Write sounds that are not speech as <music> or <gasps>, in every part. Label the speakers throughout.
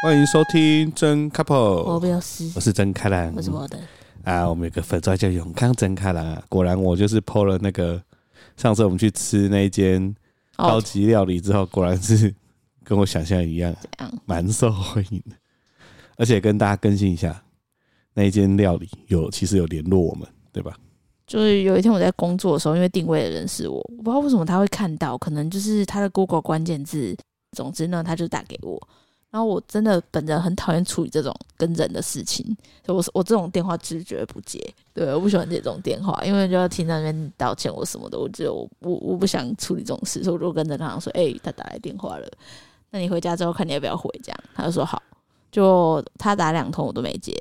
Speaker 1: 欢迎收听真 couple，
Speaker 2: 我没有哦撕
Speaker 1: 我，是真开朗，
Speaker 2: 我是我的，
Speaker 1: 啊，我们有个粉钻叫永康真开朗啊，果然我就是 PO 了那个上次我们去吃那间高
Speaker 2: 哦，
Speaker 1: 级料理之后，果然是跟我想象一样，
Speaker 2: 这样
Speaker 1: 蛮受欢迎的，而且跟大家更新一下，那一间料理有其实有联络我们，对吧？
Speaker 2: 就是有一天我在工作的时候，因为定位的人是我，我不知道为什么他会看到，可能就是他的 Google 关键字，总之呢，他就打给我。然后我真的本人很讨厌处理这种跟人的事情，所以我是我这种电话就是绝对不接，对，我不喜欢接这种电话，因为就要听到那边道歉我什么的，我觉得我我我不想处理这种事，所以我就跟着他说，哎、他打来电话了，那你回家之后看你要不要回，这样他就说好，就他打两通我都没接，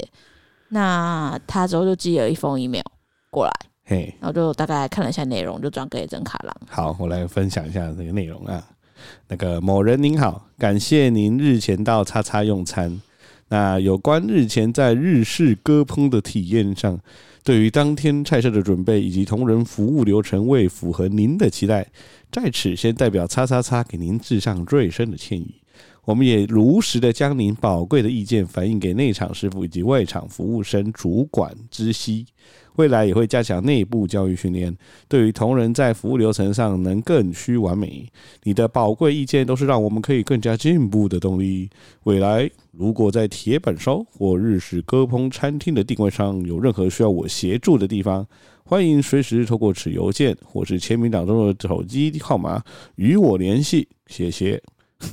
Speaker 2: 那他之后就寄了一封 email 过来。
Speaker 1: 嘿，
Speaker 2: 然后就大概看了一下内容，就转给真卡郎。
Speaker 1: 好，我来分享一下这个内容啊。那个某人您好，感谢您日前到叉叉用餐。那有关日前在日式割烹的体验上，对于当天菜色的准备以及同仁服务流程未符合您的期待，在此先代表叉叉叉给您致上最深的歉意。我们也如实的将您宝贵的意见反映给内场师傅以及外场服务生主管知悉，未来也会加强内部教育训练，对于同仁在服务流程上能更趋完美，你的宝贵意见都是让我们可以更加进步的动力。未来如果在铁板烧或日式割烹餐厅的定位上有任何需要我协助的地方，欢迎随时透过此邮件或是签名档中的手机号码与我联系。谢谢。 <laughs>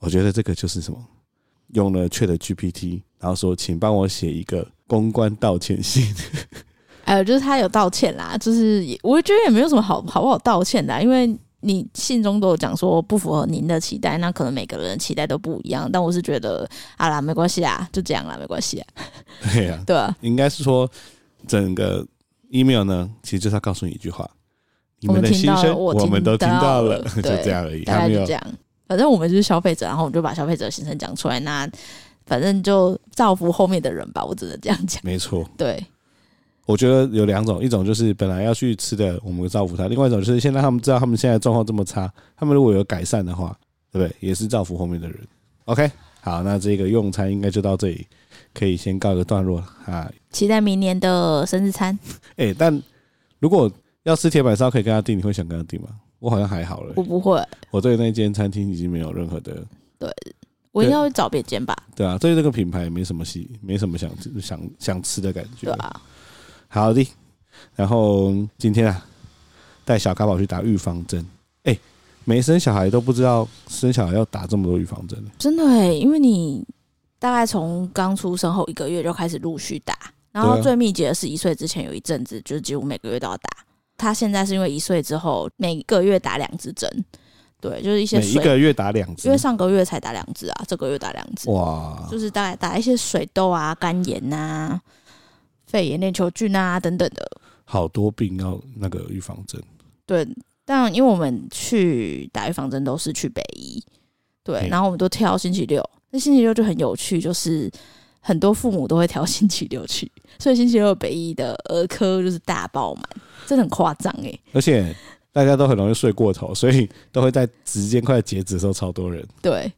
Speaker 1: 我觉得这个就是什么，用了 Chat GPT，然后说请帮我写一个公关道歉信。 <laughs>
Speaker 2: 还有呃就是他有道歉啦，就是也我觉得也没有什么好好不好道歉的啊、因为你信中都有讲说不符合您的期待，那可能每个人期待都不一样。但我是觉得，啊啦，没关系啊，就这样啦，没关系啊，
Speaker 1: 对呀、
Speaker 2: 对啊，
Speaker 1: 应该是说整个 email 呢，其实就是要告诉你一句话：你
Speaker 2: 我们
Speaker 1: 的
Speaker 2: 听
Speaker 1: 心
Speaker 2: 到
Speaker 1: 声
Speaker 2: 了我
Speaker 1: 我们都听到了，
Speaker 2: 听
Speaker 1: <laughs> 就
Speaker 2: 到了
Speaker 1: 这样而已。
Speaker 2: 大
Speaker 1: 他
Speaker 2: 概
Speaker 1: 没
Speaker 2: 就
Speaker 1: 有
Speaker 2: 这样。反正我们就是消费者，然后我们就把消费者的心声讲出来，那反正就造福后面的人吧，我只能这样讲。
Speaker 1: 没错。
Speaker 2: 对，
Speaker 1: 我觉得有两种，一种就是本来要去吃的，我们造福他；，另外一种就是先让他们知道他们现在状况这么差，他们如果有改善的话，对不对？也是造福后面的人。OK，好，那这个用餐应该就到这里，可以先告一个段落了啊。
Speaker 2: 期待明年的生日餐，
Speaker 1: 哎、但如果要吃铁板烧，可以跟他订，你会想跟他订吗？我好像还好了、
Speaker 2: 我不会，
Speaker 1: 我对那间餐厅已经没有任何的
Speaker 2: 我应该会找别间吧，
Speaker 1: 对啊，对这个品牌没什么喜，没什么想吃想想吃的感觉。
Speaker 2: 对啊。
Speaker 1: 好的，然后今天啊，带小咖宝去打预防针。哎、没生小孩都不知道生小孩要打这么多预防针，
Speaker 2: 真的哎，因为你大概从刚出生后一个月就开始陆续打，然后
Speaker 1: 对啊
Speaker 2: 最密集的是一岁之前有一阵子，就是几乎每个月都要打。他现在是因为一岁之后每个月打两支针，对，就是一些
Speaker 1: 每一
Speaker 2: 水，
Speaker 1: 个嗯月打两
Speaker 2: 因
Speaker 1: 针
Speaker 2: 为。上个月才打两支啊，这个月打两支，
Speaker 1: 哇，
Speaker 2: 就是大概打一些水痘啊、肝炎呐、肺炎链球菌啊等等的。
Speaker 1: 好多病要那个预防针。
Speaker 2: 对，但因为我们去打预防针都是去北医，对，
Speaker 1: 嗯
Speaker 2: 然后我们都挑星期六。那星期六就很有趣，就是很多父母都会挑 <laughs> 星期六去，所以星期六北医的儿科就是大爆满，真的很夸张哎。
Speaker 1: 而且大家都很容易睡过头，所以都会在时间快截止的时候超多人。
Speaker 2: 对，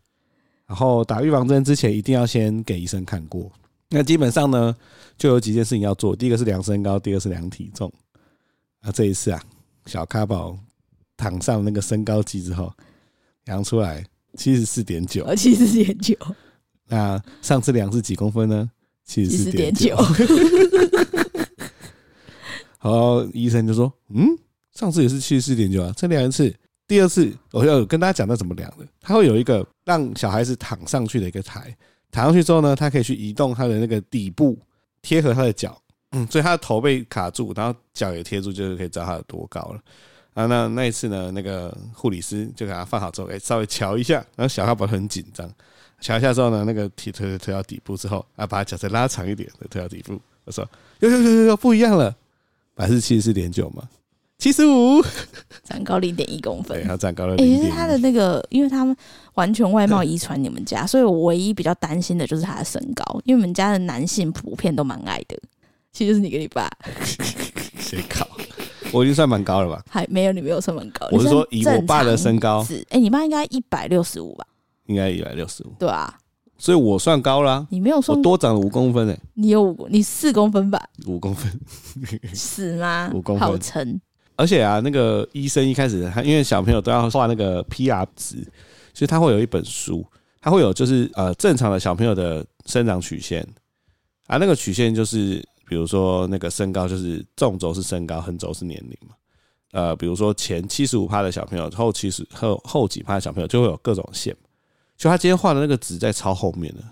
Speaker 1: 然后打预防针之前一定要先给医生看过。那基本上呢，就有几件事情要做。第一个是量身高，第二个是量体重。啊，这一次啊，小咖宝躺上那个身高计之后，量出来七十四点九。
Speaker 2: 而七十点九，
Speaker 1: 那上次量是几公分呢？七
Speaker 2: 七
Speaker 1: 十
Speaker 2: 十
Speaker 1: 四点
Speaker 2: 点
Speaker 1: 九
Speaker 2: 九。，
Speaker 1: 然后医生就说：“嗯，上次也是七十四点九啊，再量一次。”第二次我要有跟大家讲那怎么量的，它会有一个让小孩子躺上去的一个台，躺上去之后呢，他可以去移动他的那个底部，贴合他的脚，嗯，所以他的头被卡住，然后脚也贴住，就是可以知道他有多高了。啊，那那一次呢，那个护理师就给他放好之后，哎、稍微瞧一下，然后小孩宝很紧张，瞧一下之后呢，那个提推推推到底部之后，啊，把他脚再拉长一点，再推到底部。我说：有有有有有，不一样了，百分之七十四点九嘛，七十五，
Speaker 2: <laughs> 长高零点一公分
Speaker 1: 对，。他长高了
Speaker 2: 哎、
Speaker 1: 零
Speaker 2: 可是
Speaker 1: 点
Speaker 2: 他的那个，因为他们完全外貌遗传你们家，所以我唯一比较担心的就是他的身高，因为你们家的男性普遍都蛮矮的，其实就是你跟你爸
Speaker 1: <laughs> 谁高？我已经算蛮高了吧？
Speaker 2: 还没有你没有算蛮高。
Speaker 1: 我是说
Speaker 2: 哦你
Speaker 1: 以
Speaker 2: 算
Speaker 1: 我爸的身高
Speaker 2: 正常子，哎、你爸应该一百六十五吧？
Speaker 1: 应该一百六十五，
Speaker 2: 对啊，
Speaker 1: 所以我算高啦、
Speaker 2: 你没有说
Speaker 1: 我多长了五公分诶、欸
Speaker 2: 你有五，你四公分
Speaker 1: <laughs>
Speaker 2: 吧？
Speaker 1: 五公分。
Speaker 2: 是吗？
Speaker 1: 五公分
Speaker 2: 好沉，
Speaker 1: 而且啊，那个医生一开始他因为小朋友都要画那个 PR 值，所以他会有一本书，他会有就是呃正常的小朋友的生长曲线啊，那个曲线就是比如说那个身高就是纵轴是身高，横轴是年龄嘛。呃，比如说前七十五趴的小朋友，后七十后后几趴的小朋友就会有各种线，就他今天画的那个值在超后面的，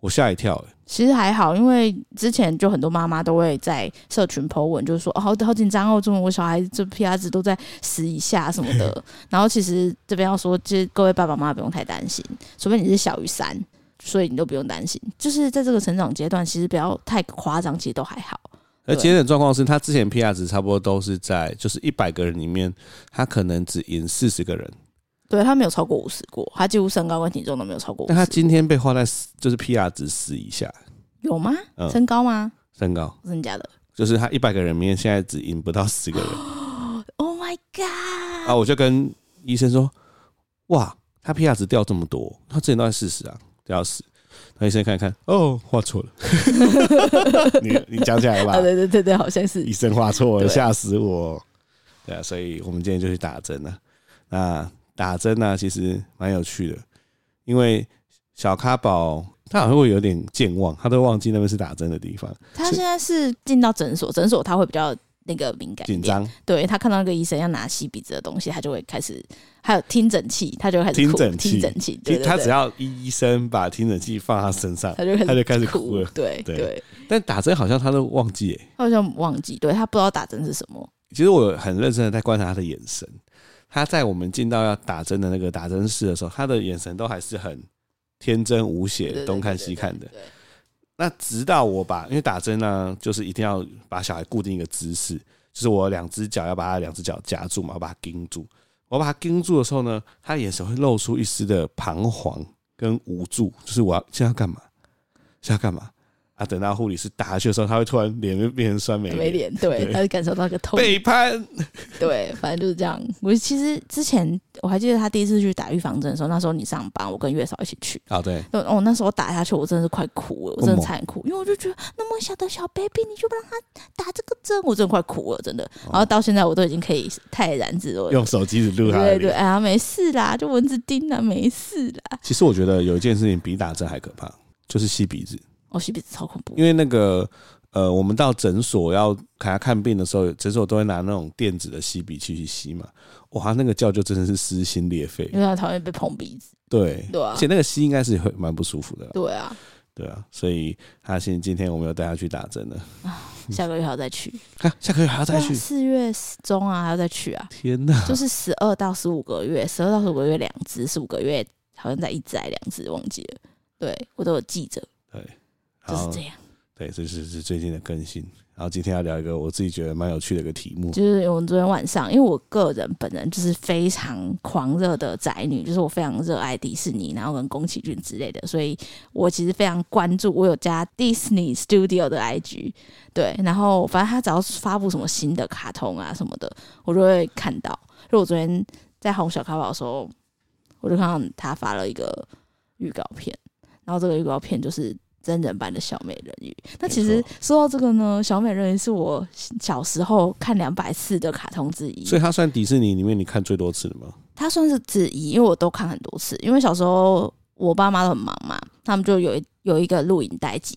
Speaker 1: 我吓一跳、欸
Speaker 2: 其实还好，因为之前就很多妈妈都会在社群 po 文，就是说哦，好好紧张哦，怎么我小孩这 PR 值都在十以下什么
Speaker 1: <laughs>
Speaker 2: 的。然后其实这边要说，其实各位爸爸妈妈不用太担心，除非你是小于三，所以你都不用担心。就是在这个成长阶段，其实不要太夸张，其实都还好。
Speaker 1: 而
Speaker 2: 对
Speaker 1: 今天的状况是他之前 PR 值差不多都是在就是一百个人里面，他可能只赢四十个人，
Speaker 2: 对他没有超过五十过，他几乎身高跟体重都没有超过五
Speaker 1: 但他
Speaker 2: 十。
Speaker 1: 今天被画在10就是 PR 值十以下，
Speaker 2: 有吗？
Speaker 1: 嗯
Speaker 2: 身高吗？
Speaker 1: 身高
Speaker 2: 真的假的
Speaker 1: 就是他一百个人里面现在只赢不到十 <gasps> 个人
Speaker 2: ？Oh my god！
Speaker 1: 啊！我就跟医生说，哇，他 PR 值掉这么多，他之前都在四十啊，掉到十。那医生看一看，哦，画错了，你你讲起来吧
Speaker 2: <laughs> <laughs> 啊，，对对对对，好像是
Speaker 1: 医生画错了，
Speaker 2: 对
Speaker 1: 吓死我。对啊，所以我们今天就去打针了。那打针呢、其实蛮有趣的，因为小咖宝他好像会有点健忘，他都忘记那边是打针的地方，
Speaker 2: 他
Speaker 1: 是
Speaker 2: 现在是进到诊所，诊所他会比较那个敏感一
Speaker 1: 紧
Speaker 2: 点，
Speaker 1: 张。
Speaker 2: 对他看到那个医生要拿吸鼻子的东西，他就会开始，还有听诊器，他就会开始
Speaker 1: 听
Speaker 2: 哭
Speaker 1: 诊器
Speaker 2: 听诊器，
Speaker 1: 其
Speaker 2: 对
Speaker 1: 实
Speaker 2: 对
Speaker 1: 他
Speaker 2: 对
Speaker 1: 只要医生把听诊器放他身上，
Speaker 2: 他就开始
Speaker 1: 他就开始哭
Speaker 2: 哭
Speaker 1: <laughs> 了。
Speaker 2: 对
Speaker 1: 对
Speaker 2: 对，
Speaker 1: 但打针好像他都忘记、欸。
Speaker 2: 他好像忘记，对他不知道打针是什么，
Speaker 1: 其实我很认真的在观察他的眼神，他在我们进到要打针的那个打针室的时候，他的眼神都还是很天真无
Speaker 2: 对
Speaker 1: 邪，
Speaker 2: 对
Speaker 1: 东看
Speaker 2: 对对
Speaker 1: 西看的
Speaker 2: 对。对
Speaker 1: 那直到我把，因为打针呢，就是一定要把小孩固定一个姿势，就是我两只脚要把他两只脚夹住嘛，我把他盯住。我把他盯住的时候呢，他眼神会露出一丝的彷徨跟无助，就是我要现在要干嘛？现在要干嘛？啊，等到护理师打下去的时候，他会突然脸就变成酸梅
Speaker 2: 没脸，对，
Speaker 1: 对
Speaker 2: 他就感受到一个痛，
Speaker 1: 背叛。
Speaker 2: 对，反正就是这样。我其实之前我还记得他第一次去打预防针的时候，那时候你上班，我跟月嫂一起去， <laughs>
Speaker 1: 啊，对，
Speaker 2: 对哦，那时候打下去，我真的是快哭了，我
Speaker 1: 为
Speaker 2: 真
Speaker 1: 什
Speaker 2: 的
Speaker 1: 么
Speaker 2: 差点哭，因为我就觉得那么小的小 baby，你就让他打这个针，我真的快哭了，真的。然后到现在我都已经可以泰然自若了。
Speaker 1: 哦用手机只录他的
Speaker 2: 对对，
Speaker 1: 脸。
Speaker 2: 哎呀，没事啦，就蚊子叮啦，没事啦。
Speaker 1: 其实我觉得有一件事情比打针还可怕，就是吸鼻子。
Speaker 2: 哦，吸鼻子超恐怖
Speaker 1: 因，为那个呃，我们到诊所要给他看病的时候，诊所都会拿那种电子的吸鼻器去吸嘛。哇，他那个叫就真的是撕心裂肺
Speaker 2: 因，为他讨厌被碰鼻子。
Speaker 1: 对，
Speaker 2: 嗯对啊
Speaker 1: 而且那个吸应该是会蛮不舒服的，
Speaker 2: 对啊，
Speaker 1: 对啊。所以他现今天我们要带他去打针了，
Speaker 2: 下个月还要再去，
Speaker 1: 看、下个月还要
Speaker 2: 对
Speaker 1: 嗯再
Speaker 2: 啊
Speaker 1: 去，
Speaker 2: 四月中啊还要再去啊，
Speaker 1: 天哪！
Speaker 2: 就是十二到十五个月，十二到十五个月两只，十五个月好像在一只还两只，忘记了。对我都有记着，就
Speaker 1: 好
Speaker 2: 是这样。
Speaker 1: 对，这是是最近的更新。然后今天要聊一个我自己觉得蛮有趣的一个题目，
Speaker 2: 就是我们昨天晚上，因为我个人本人就是非常狂热的宅女，就是我非常热爱迪士尼，然后跟宫崎骏之类的，所以我其实非常关注。我有加 Disney <laughs> Studio 的 IG，对，然后反正他只要发布什么新的卡通啊什么的，我就会看到。就我昨天在红小咖宝的时候，我就看到他发了一个预告片，然后这个预告片就是。真人版的小美人鱼，那其
Speaker 1: 没
Speaker 2: 实
Speaker 1: 错
Speaker 2: 说到这个呢，小美人鱼是我小时候看两百次的卡通之一
Speaker 1: 所，以它算迪士尼里面你看最多次的吗？
Speaker 2: 它算是之一，因为我都看很多次。因为小时候我爸妈都很忙嘛，他们就有一有一个录影带机，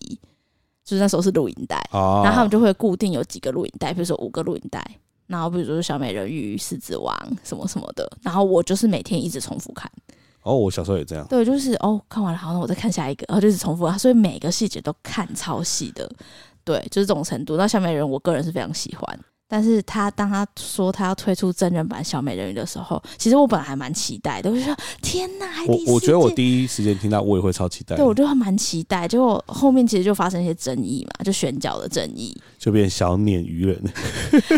Speaker 2: 就是那时候是录影带，
Speaker 1: 哦，
Speaker 2: 然后他们就会固定有几个录影带，比如说五个录影带，然后比如说小美人鱼、狮子王什么什么的，然后我就是每天一直重复看。
Speaker 1: 哦，我小时候也这样，
Speaker 2: 对，就是哦，看完了，好，那我再看下一个，然后就是重复，所以每个细节都看超细的，对，就是这种程度。那小美人，我个人是非常喜欢，但是他当他说他要推出真人版小美人鱼的时候，其实我本来还蛮期待的，我就说天哪，海底世界
Speaker 1: 我我觉得我第一时间听到我也会超期待的，
Speaker 2: 对，我就还蛮期待，结果后面其实就发生一些争议嘛，就选角的争议。
Speaker 1: 就变小鲶鱼 <laughs> 人。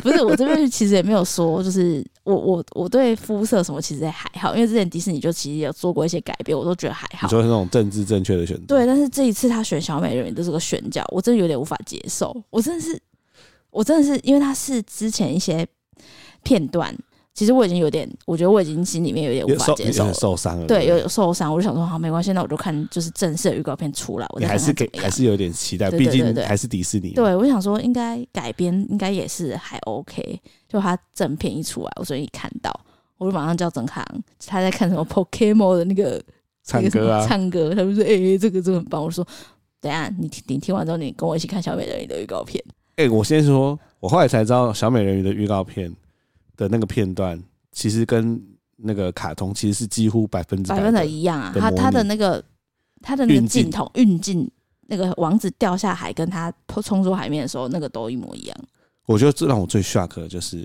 Speaker 2: 不是我这边其实也没有说，就是我我我对肤色什么其实也还好，因为之前迪士尼就其实有做过一些改变，我都觉得还好
Speaker 1: 你。说是那种政治正确的选择，
Speaker 2: 对，但是这一次他选小美人鱼的这个选角，我真的有点无法接受。我真的是，我真的是，因为他是之前一些片段，其实我已经有点，我觉得我已经心里面有点无
Speaker 1: 有
Speaker 2: 法
Speaker 1: 受
Speaker 2: 接
Speaker 1: 有
Speaker 2: 受了
Speaker 1: 点。受伤了，
Speaker 2: 对，
Speaker 1: 不
Speaker 2: 有有受伤，我就想说好没关系，那我就看就是正式的预告片出来，我
Speaker 1: 你
Speaker 2: 再看
Speaker 1: 还是
Speaker 2: 看
Speaker 1: 可
Speaker 2: 怎
Speaker 1: 以
Speaker 2: 么
Speaker 1: 还
Speaker 2: 样。
Speaker 1: 是有点期待，
Speaker 2: 对
Speaker 1: 毕
Speaker 2: 对对
Speaker 1: 竟
Speaker 2: 对
Speaker 1: 还是迪士尼。
Speaker 2: 对，我想说应该改编应该也是还 OK，就他正片一出来，我所以一看到，我就马上叫曾康，他在看什么 Pokemon 的那个
Speaker 1: 唱歌
Speaker 2: 那个什么
Speaker 1: 啊，
Speaker 2: 唱歌，他们说哎、欸这个真的很棒，我说等一下你听你听完之后，你跟我一起看小美人鱼的预告片，
Speaker 1: <laughs> 哎、我先说，我后来才知道小美人鱼的预告片的那个片段，其实跟那个卡通其实是几乎百分之
Speaker 2: 百
Speaker 1: 百
Speaker 2: 分之
Speaker 1: 的。
Speaker 2: 一样啊，
Speaker 1: 的
Speaker 2: 他
Speaker 1: 模
Speaker 2: 他的
Speaker 1: 拟
Speaker 2: 那个他的那个
Speaker 1: 运镜
Speaker 2: 镜头运镜。那个王子掉下海，跟他冲出海面的时候，那个都一模一样。
Speaker 1: 我觉得这让我最 shock 的就是，因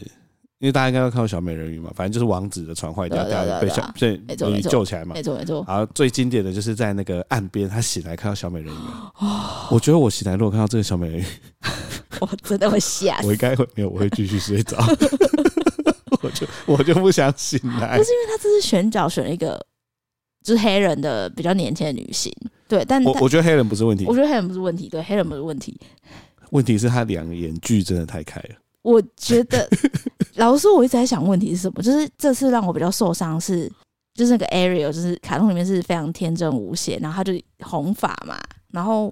Speaker 1: 为大家应该都看过小美人鱼嘛，反正就是王子的船坏掉，
Speaker 2: 对
Speaker 1: 掉
Speaker 2: 啊
Speaker 1: 下来
Speaker 2: 对
Speaker 1: 被
Speaker 2: 啊
Speaker 1: 小被
Speaker 2: 没错
Speaker 1: 美
Speaker 2: 没
Speaker 1: 女
Speaker 2: 错
Speaker 1: 救起来嘛
Speaker 2: 没。错，没错。
Speaker 1: 然后最经典的就是在那个岸边，他醒来看到小美人鱼。啊我觉得我醒来如果看到这个小美人鱼，
Speaker 2: 我真的会吓死。
Speaker 1: 我应该会没有，我会继续睡着。 <laughs> 我就我就不想醒来
Speaker 2: 不。是因为他这次选角选了一个就是黑人的比较年轻的女性，对，但
Speaker 1: 我
Speaker 2: 但
Speaker 1: 我觉得黑人不是问题
Speaker 2: 我，觉得黑人不是问题，对，黑人不是问题。
Speaker 1: 问题是他两个眼距真的太开了。
Speaker 2: 我觉得 <laughs> 老实说，我一直在想问题是什么，就是这次让我比较受伤是。就是那个 Ariel，就是卡通里面是非常天真无邪，然后他就红发嘛，然后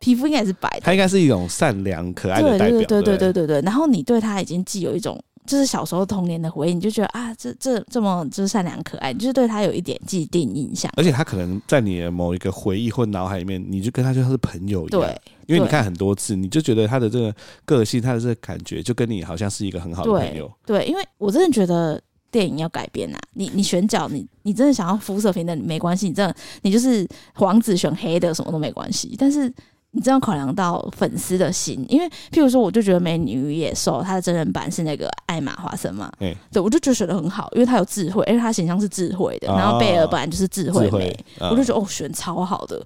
Speaker 2: 皮肤应该也是白的，
Speaker 1: 他应该是一种善良可爱
Speaker 2: 对
Speaker 1: 的代表，
Speaker 2: 对对
Speaker 1: 对
Speaker 2: 对对
Speaker 1: 不
Speaker 2: 对对。然后你对他已经既有一种就是小时候童年的回忆，你就觉得啊，这这这么就是善良可爱，你就是对他有一点既定印象。
Speaker 1: 而且他可能在你的某一个回忆或脑海里面，你就跟他就像是朋友一样
Speaker 2: 对，，
Speaker 1: 因为你
Speaker 2: 对
Speaker 1: 看很多次，你就觉得他的这个个性，他的这个感觉，就跟你好像是一个很好的
Speaker 2: 对
Speaker 1: 朋友。
Speaker 2: 对，因为我真的觉得电影要改编啊，你你选角，你你真的想要肤色平等没关系，你真的你就是黄子选黑的什么都没关系，但是。你真的考量到粉丝的心，因为譬如说，我就觉得《美女与野兽》它的真人版是那个艾玛华森嘛，
Speaker 1: 嗯
Speaker 2: 对我就觉得选的很好，因为她有智慧，而且她形象是智慧的，然后贝尔
Speaker 1: 啊
Speaker 2: 本来就是智慧
Speaker 1: 智
Speaker 2: 美，
Speaker 1: 慧，啊
Speaker 2: 我就觉得哦选超好的，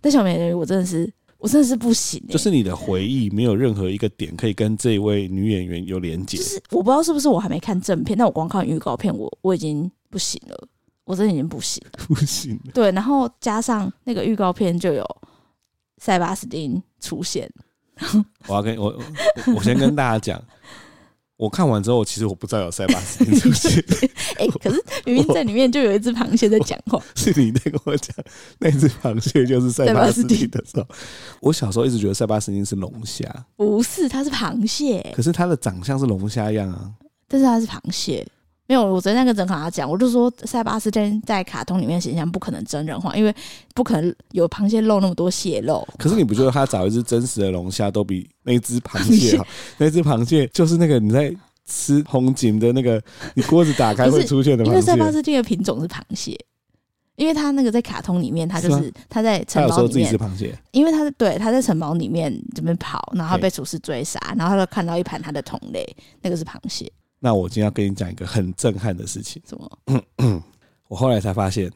Speaker 2: 但小美人鱼我真的是我真的是不行、欸，
Speaker 1: 就是你的回忆没有任何一个点可以跟这一位女演员有连接
Speaker 2: 就。是我不知道是不是我还没看正片，但我光看预告片，我我已经不行了，我真的已经不行了。
Speaker 1: 不行，
Speaker 2: 对，然后加上那个预告片就有塞巴斯汀出现，
Speaker 1: 我要跟我我我先跟大家讲，我看完之后，其实我不知道有塞巴斯汀出
Speaker 2: <laughs>
Speaker 1: 现，
Speaker 2: 哎、可是明明在里面就有一只螃蟹在讲话， <laughs>
Speaker 1: 是你在跟我讲那只螃蟹就是塞巴斯汀的时候，我小时候一直觉得塞巴斯汀是龙虾，
Speaker 2: 不是，它是螃蟹，
Speaker 1: 可是他的长相是龙虾样啊。
Speaker 2: 但是它是螃蟹。没有，我昨天在跟郑康他讲，我就说塞巴斯汀在卡通里面的形象不可能真人化，因为不可能有螃蟹露那么多蟹肉。
Speaker 1: 可是你不觉得他找一只真实的龙虾都比那只螃蟹
Speaker 2: <laughs>
Speaker 1: 好？那只螃蟹就是那个你在吃红景的那个，你锅子打开
Speaker 2: 不是
Speaker 1: 会出现的
Speaker 2: 因
Speaker 1: 螃
Speaker 2: 为塞巴
Speaker 1: 蟹。
Speaker 2: 斯汀的品种是螃蟹，因为它那个在卡通里面，它就是是它在
Speaker 1: 他
Speaker 2: 城
Speaker 1: 啊有
Speaker 2: 堡
Speaker 1: 说
Speaker 2: 里
Speaker 1: 自己是
Speaker 2: 面，
Speaker 1: 螃蟹，
Speaker 2: 因为它是对它在城堡里面这边跑，然后它
Speaker 1: 对
Speaker 2: 被厨师追杀，然后他就看到一盘它的同类，那个是螃蟹，
Speaker 1: 那我今天要跟你讲一个很震撼的事情。
Speaker 2: 什么？
Speaker 1: 我后来才发现，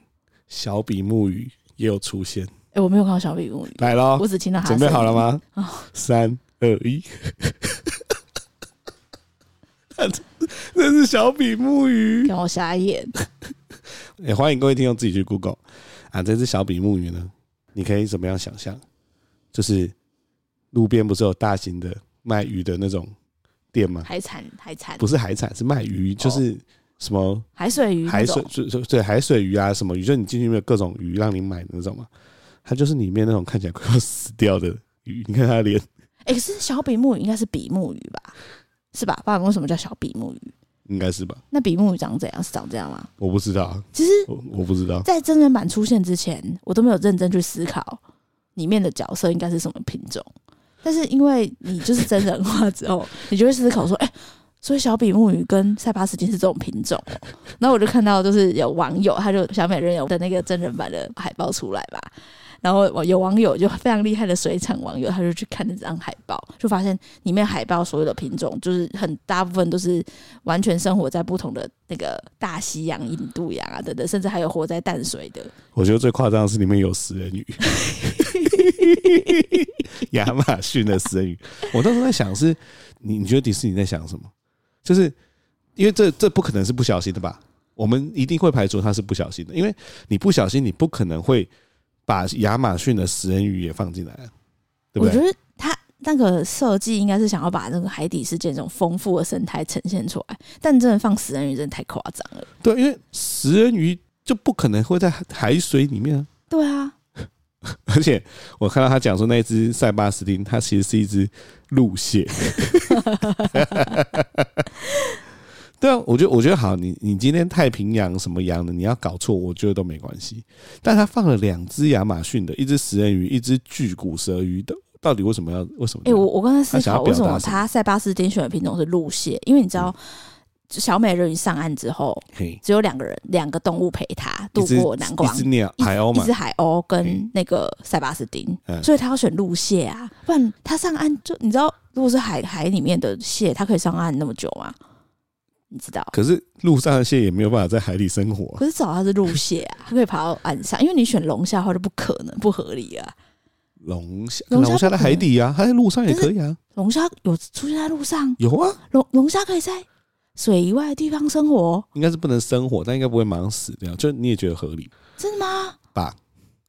Speaker 1: 小比目鱼也有出现，
Speaker 2: 哎、我没有看到小比目鱼，
Speaker 1: 来喽！
Speaker 2: 哦我只听到它。
Speaker 1: 准备好了？吗
Speaker 2: 哦？
Speaker 1: 三二一， <laughs> 那是小比目鱼。
Speaker 2: 让我瞎眼。
Speaker 1: 也欢迎各位听众自己去 Google 啊，这只小比目鱼呢，你可以怎么样想象？就是路边不是有大型的卖鱼的那种店吗？
Speaker 2: 海产海产
Speaker 1: 不是海产，是卖鱼，就是什么
Speaker 2: 海水鱼那
Speaker 1: 海水
Speaker 2: 种，
Speaker 1: 就就对海水鱼啊，什么鱼，就你进去没有各种鱼让你买的那种嘛。它就是里面那种看起来快要死掉的鱼，你看它的脸，
Speaker 2: 哎、可是小比目鱼应该是比目鱼吧？是吧？爸，为什么叫小比目鱼？
Speaker 1: 应该是吧？
Speaker 2: 那比目鱼长怎样？是长这样吗？
Speaker 1: 我不知道啊，
Speaker 2: 其实
Speaker 1: 我我不知道。
Speaker 2: 在真人版出现之前，我都没有认真去思考里面的角色应该是什么品种。但是因为你就是真人化之后，你就会思考说，哎、所以小比目鱼跟塞巴斯汀是这种品种、哦。然后我就看到就是有网友，他就小美人鱼的那个真人版的海报出来吧。然后有网友就非常厉害的水产网友，他就去看那张海报，就发现里面海报所有的品种，就是很大部分都是完全生活在不同的那个大西洋、印度洋啊等等，甚至还有活在淡水的。
Speaker 1: 我觉得最夸张的是里面有食人鱼， <laughs> 亚马逊的食人鱼。我那时候在想是，你你觉得迪士尼在想什么？就是因为这这不可能是不小心的吧？我们一定会排除它是不小心的，因为你不小心，你不可能会把亚马逊的食人鱼也放进来啊，对不
Speaker 2: 我觉
Speaker 1: 对？
Speaker 2: 得他那个设计应该是想要把这个海底世界这种丰富的生态呈现出来，但真的放食人鱼真的太夸张了。
Speaker 1: 对，因为食人鱼就不可能会在海水里面啊。
Speaker 2: 对啊，
Speaker 1: 而且我看到他讲说那一只塞巴斯汀，它其实是一只鹿蟹。对啊，我觉得我觉得好，你你今天太平洋什么洋的，你要搞错，我觉得都没关系。但他放了两只亚马逊的，一只食人鱼，一只巨骨舌鱼的，到底为什么要为什么
Speaker 2: 哎、
Speaker 1: 这样？
Speaker 2: 我我刚才思
Speaker 1: 啊他想
Speaker 2: 考
Speaker 1: 要
Speaker 2: 为
Speaker 1: 表达什
Speaker 2: 什么
Speaker 1: 么嗯
Speaker 2: 他塞巴斯汀选的品种是陆蟹，因为你知道、小美人鱼上岸之后，
Speaker 1: 嘿，
Speaker 2: 只有两个人两个动物陪他
Speaker 1: 一
Speaker 2: 度
Speaker 1: 只
Speaker 2: 过难关
Speaker 1: 一，只鸟海鸥
Speaker 2: 一
Speaker 1: 嘛
Speaker 2: 只，海鸥跟
Speaker 1: 嗯
Speaker 2: 那个塞巴斯汀，
Speaker 1: 嗯
Speaker 2: 所以他要选陆蟹啊，不然他上岸就你知道，如果是海海里面的蟹，它可以上岸那么久吗？你知道？
Speaker 1: 可是路上的蟹也没有办法在海里生活啊、
Speaker 2: 可是找它是陆蟹啊，它可以爬到岸上，因为你选龙虾的话就不可能，不合理啊。
Speaker 1: 龙虾，
Speaker 2: 龙虾
Speaker 1: 龙虾在海底啊，它在路上也可以啊，
Speaker 2: 龙虾有出现在路上，
Speaker 1: 有啊，
Speaker 2: 龙龙虾可以在水以外的地方生活，
Speaker 1: 应该是不能生火，但应该不会马上死掉，就你也觉得合理
Speaker 2: 真的吗？
Speaker 1: 吧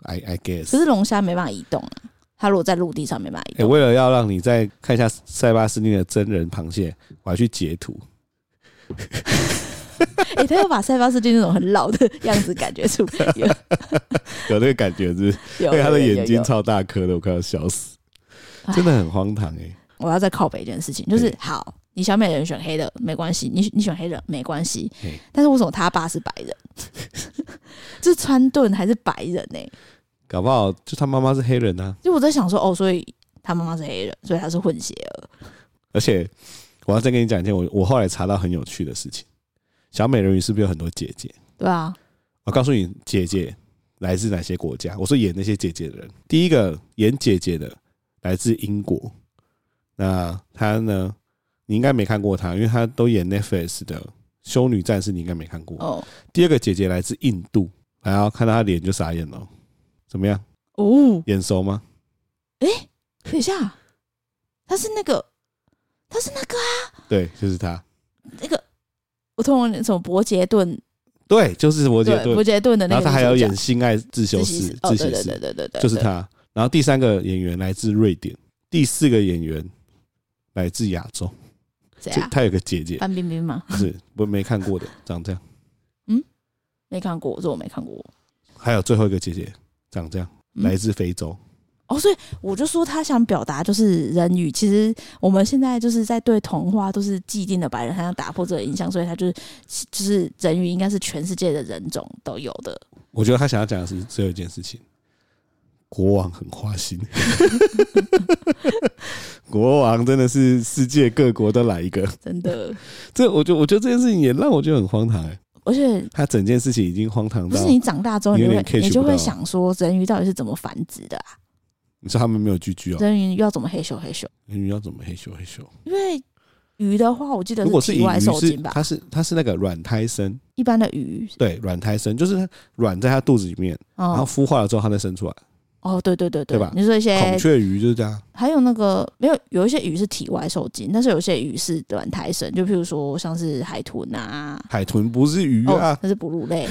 Speaker 1: ？I I guess。
Speaker 2: 可是龙虾没办法移动啊，它如果在陆地上没办法移
Speaker 1: 欸
Speaker 2: 动，
Speaker 1: 为了要让你再看一下塞巴斯汀的真人螃蟹，我还去截图。
Speaker 2: 哎、它要把塞巴斯汀那种很老的 <laughs> 样子感觉出来，
Speaker 1: <laughs>
Speaker 2: 有
Speaker 1: 有那个感觉是不是，
Speaker 2: <laughs> 有
Speaker 1: 对他的
Speaker 2: 有有
Speaker 1: 眼睛
Speaker 2: 有
Speaker 1: 超大颗的，我快要笑死，<laughs>
Speaker 2: 哎
Speaker 1: 真的很荒唐哎、
Speaker 2: 我要再靠北一件事情，就是
Speaker 1: 对
Speaker 2: 好，你小美人选黑的没关系，你你选黑的没关系
Speaker 1: 嘿，
Speaker 2: 但是为什么他爸是白人？ <laughs> 这川顿还是白人呢、
Speaker 1: 搞不好就他妈妈是黑人啊，
Speaker 2: 就我在想说，哦，所以他妈妈是黑人，所以他是混血儿。
Speaker 1: 而且我要再跟你讲一件我我后来查到很有趣的事情，小美人鱼是不是有很多姐姐？
Speaker 2: 对啊，
Speaker 1: 我告诉你，姐姐来自哪些国家？我说演那些姐姐的人，第一个演姐姐的来自英国，那她呢，你应该没看过她，因为她都演 Netflix 的《修女战士》，你应该没看过。
Speaker 2: 哦
Speaker 1: 第二个姐姐来自印度，然后看到她脸就傻眼了，怎么样？
Speaker 2: 哦，
Speaker 1: 眼熟吗？
Speaker 2: 等一下，他是那个，他是那个啊
Speaker 1: 对，就是她，
Speaker 2: 那个，我突然什么伯杰顿，
Speaker 1: 对，就是伯杰
Speaker 2: 对
Speaker 1: 顿
Speaker 2: 伯。杰顿的那
Speaker 1: 然
Speaker 2: 个
Speaker 1: 后她
Speaker 2: 女主角，
Speaker 1: 还要演《性爱自修
Speaker 2: 自习
Speaker 1: 室
Speaker 2: 室，》，哦，
Speaker 1: 自
Speaker 2: 对
Speaker 1: 习
Speaker 2: 对
Speaker 1: 室
Speaker 2: 对对对对，
Speaker 1: 就是
Speaker 2: 对，
Speaker 1: 她。然后第三个演员来自瑞典，第四个演员来自亚洲。
Speaker 2: 谁
Speaker 1: 就
Speaker 2: 啊？呃
Speaker 1: 他有个姐姐，
Speaker 2: 范冰冰吗？
Speaker 1: 不是我没看过的，长这样。
Speaker 2: 没看过，这我没看过。
Speaker 1: 还有最后一个姐姐长这样，
Speaker 2: 嗯
Speaker 1: 来自非洲。
Speaker 2: 哦，所以我就说他想表达就是人与，其实我们现在就是在对童话都是既定的白人，他想打破这个印象，所以他就是就是人鱼应该是全世界的人种都有的。
Speaker 1: 我觉得他想要讲的是只有一件事情：国王很花
Speaker 2: <laughs>
Speaker 1: 心。国王真的是世界各国都来一个，<laughs>
Speaker 2: 真的，
Speaker 1: 这我觉得我觉得这件事情也让我觉得很荒唐、欸。
Speaker 2: 而且
Speaker 1: 他整件事情已经荒唐
Speaker 2: 不
Speaker 1: 到
Speaker 2: 是，你长大之后，你就
Speaker 1: 有
Speaker 2: 会
Speaker 1: 点 catch
Speaker 2: 你就
Speaker 1: 不到啊
Speaker 2: 会想说，人鱼到底是怎么繁殖的、啊？
Speaker 1: 你说他们没有居居哦，
Speaker 2: 人鱼要怎么黑咻黑咻？
Speaker 1: 鱼要怎么嘿咻嘿咻？
Speaker 2: 因为鱼的话，我记得
Speaker 1: 如果是
Speaker 2: 是
Speaker 1: 以
Speaker 2: 体外
Speaker 1: 鱼
Speaker 2: 受
Speaker 1: 是
Speaker 2: 精吧，
Speaker 1: 它是它是那个卵胎生，
Speaker 2: 一般的鱼，
Speaker 1: 对，卵胎生就是卵在它肚子里面，然后
Speaker 2: 哦
Speaker 1: 孵化了之后它再生出来。
Speaker 2: 哦，对对对
Speaker 1: 对吧
Speaker 2: 你说一些
Speaker 1: 孔雀鱼就是这样，
Speaker 2: 还有那个没有，有一些鱼是体外受精，但是有一些鱼是卵胎生，就譬如说像是海豚啊，
Speaker 1: 海豚不是鱼
Speaker 2: 哦
Speaker 1: 啊，，
Speaker 2: 那是哺乳
Speaker 1: <laughs>
Speaker 2: 类。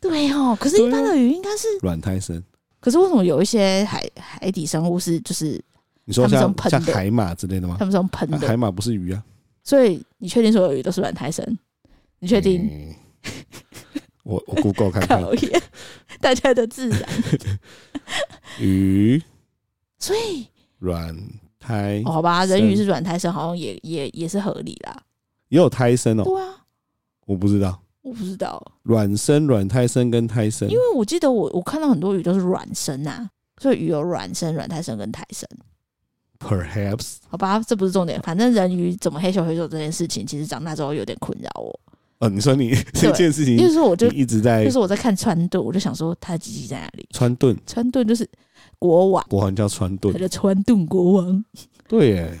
Speaker 2: 对哦，可是，一般的鱼应该是，
Speaker 1: 卵胎生。
Speaker 2: 可是为什么有一些海海底生物是就是
Speaker 1: 你说
Speaker 2: 他们
Speaker 1: 像
Speaker 2: 是用喷
Speaker 1: 像
Speaker 2: 的
Speaker 1: 海马之类的吗
Speaker 2: 它？们是用喷
Speaker 1: 啊海
Speaker 2: 的？
Speaker 1: 马不是鱼啊？
Speaker 2: 所以你确定所有鱼都是卵胎生？你确定？
Speaker 1: 嗯？我我 Google
Speaker 2: <laughs>
Speaker 1: 看看
Speaker 2: 考验大家的自然，
Speaker 1: 鱼
Speaker 2: 所以
Speaker 1: 卵胎
Speaker 2: 哦好吧，人
Speaker 1: 生
Speaker 2: 鱼是卵胎生，好像也也也是合理啦。
Speaker 1: 也有胎生哦，
Speaker 2: 对啊，
Speaker 1: 我不知道
Speaker 2: 我不知道，
Speaker 1: 卵生、卵胎生跟胎生
Speaker 2: 因，为我记得我我看到很多鱼都是卵生啊，所以鱼有卵生、卵胎生跟胎生。
Speaker 1: perhaps
Speaker 2: 好吧，这不是重点，反正人鱼怎么黑手黑手这件事情，其实长大之后有点困扰我。
Speaker 1: 哦，你说你 <laughs> 这件事情
Speaker 2: 因为说我就
Speaker 1: 你一哎直
Speaker 2: 就
Speaker 1: 在
Speaker 2: 是我在看川顿，我就想说他的鸡鸡在哪里？
Speaker 1: 川顿，
Speaker 2: 川顿就是国王，
Speaker 1: 国王叫川顿
Speaker 2: 他，叫川顿国王，
Speaker 1: 对耶，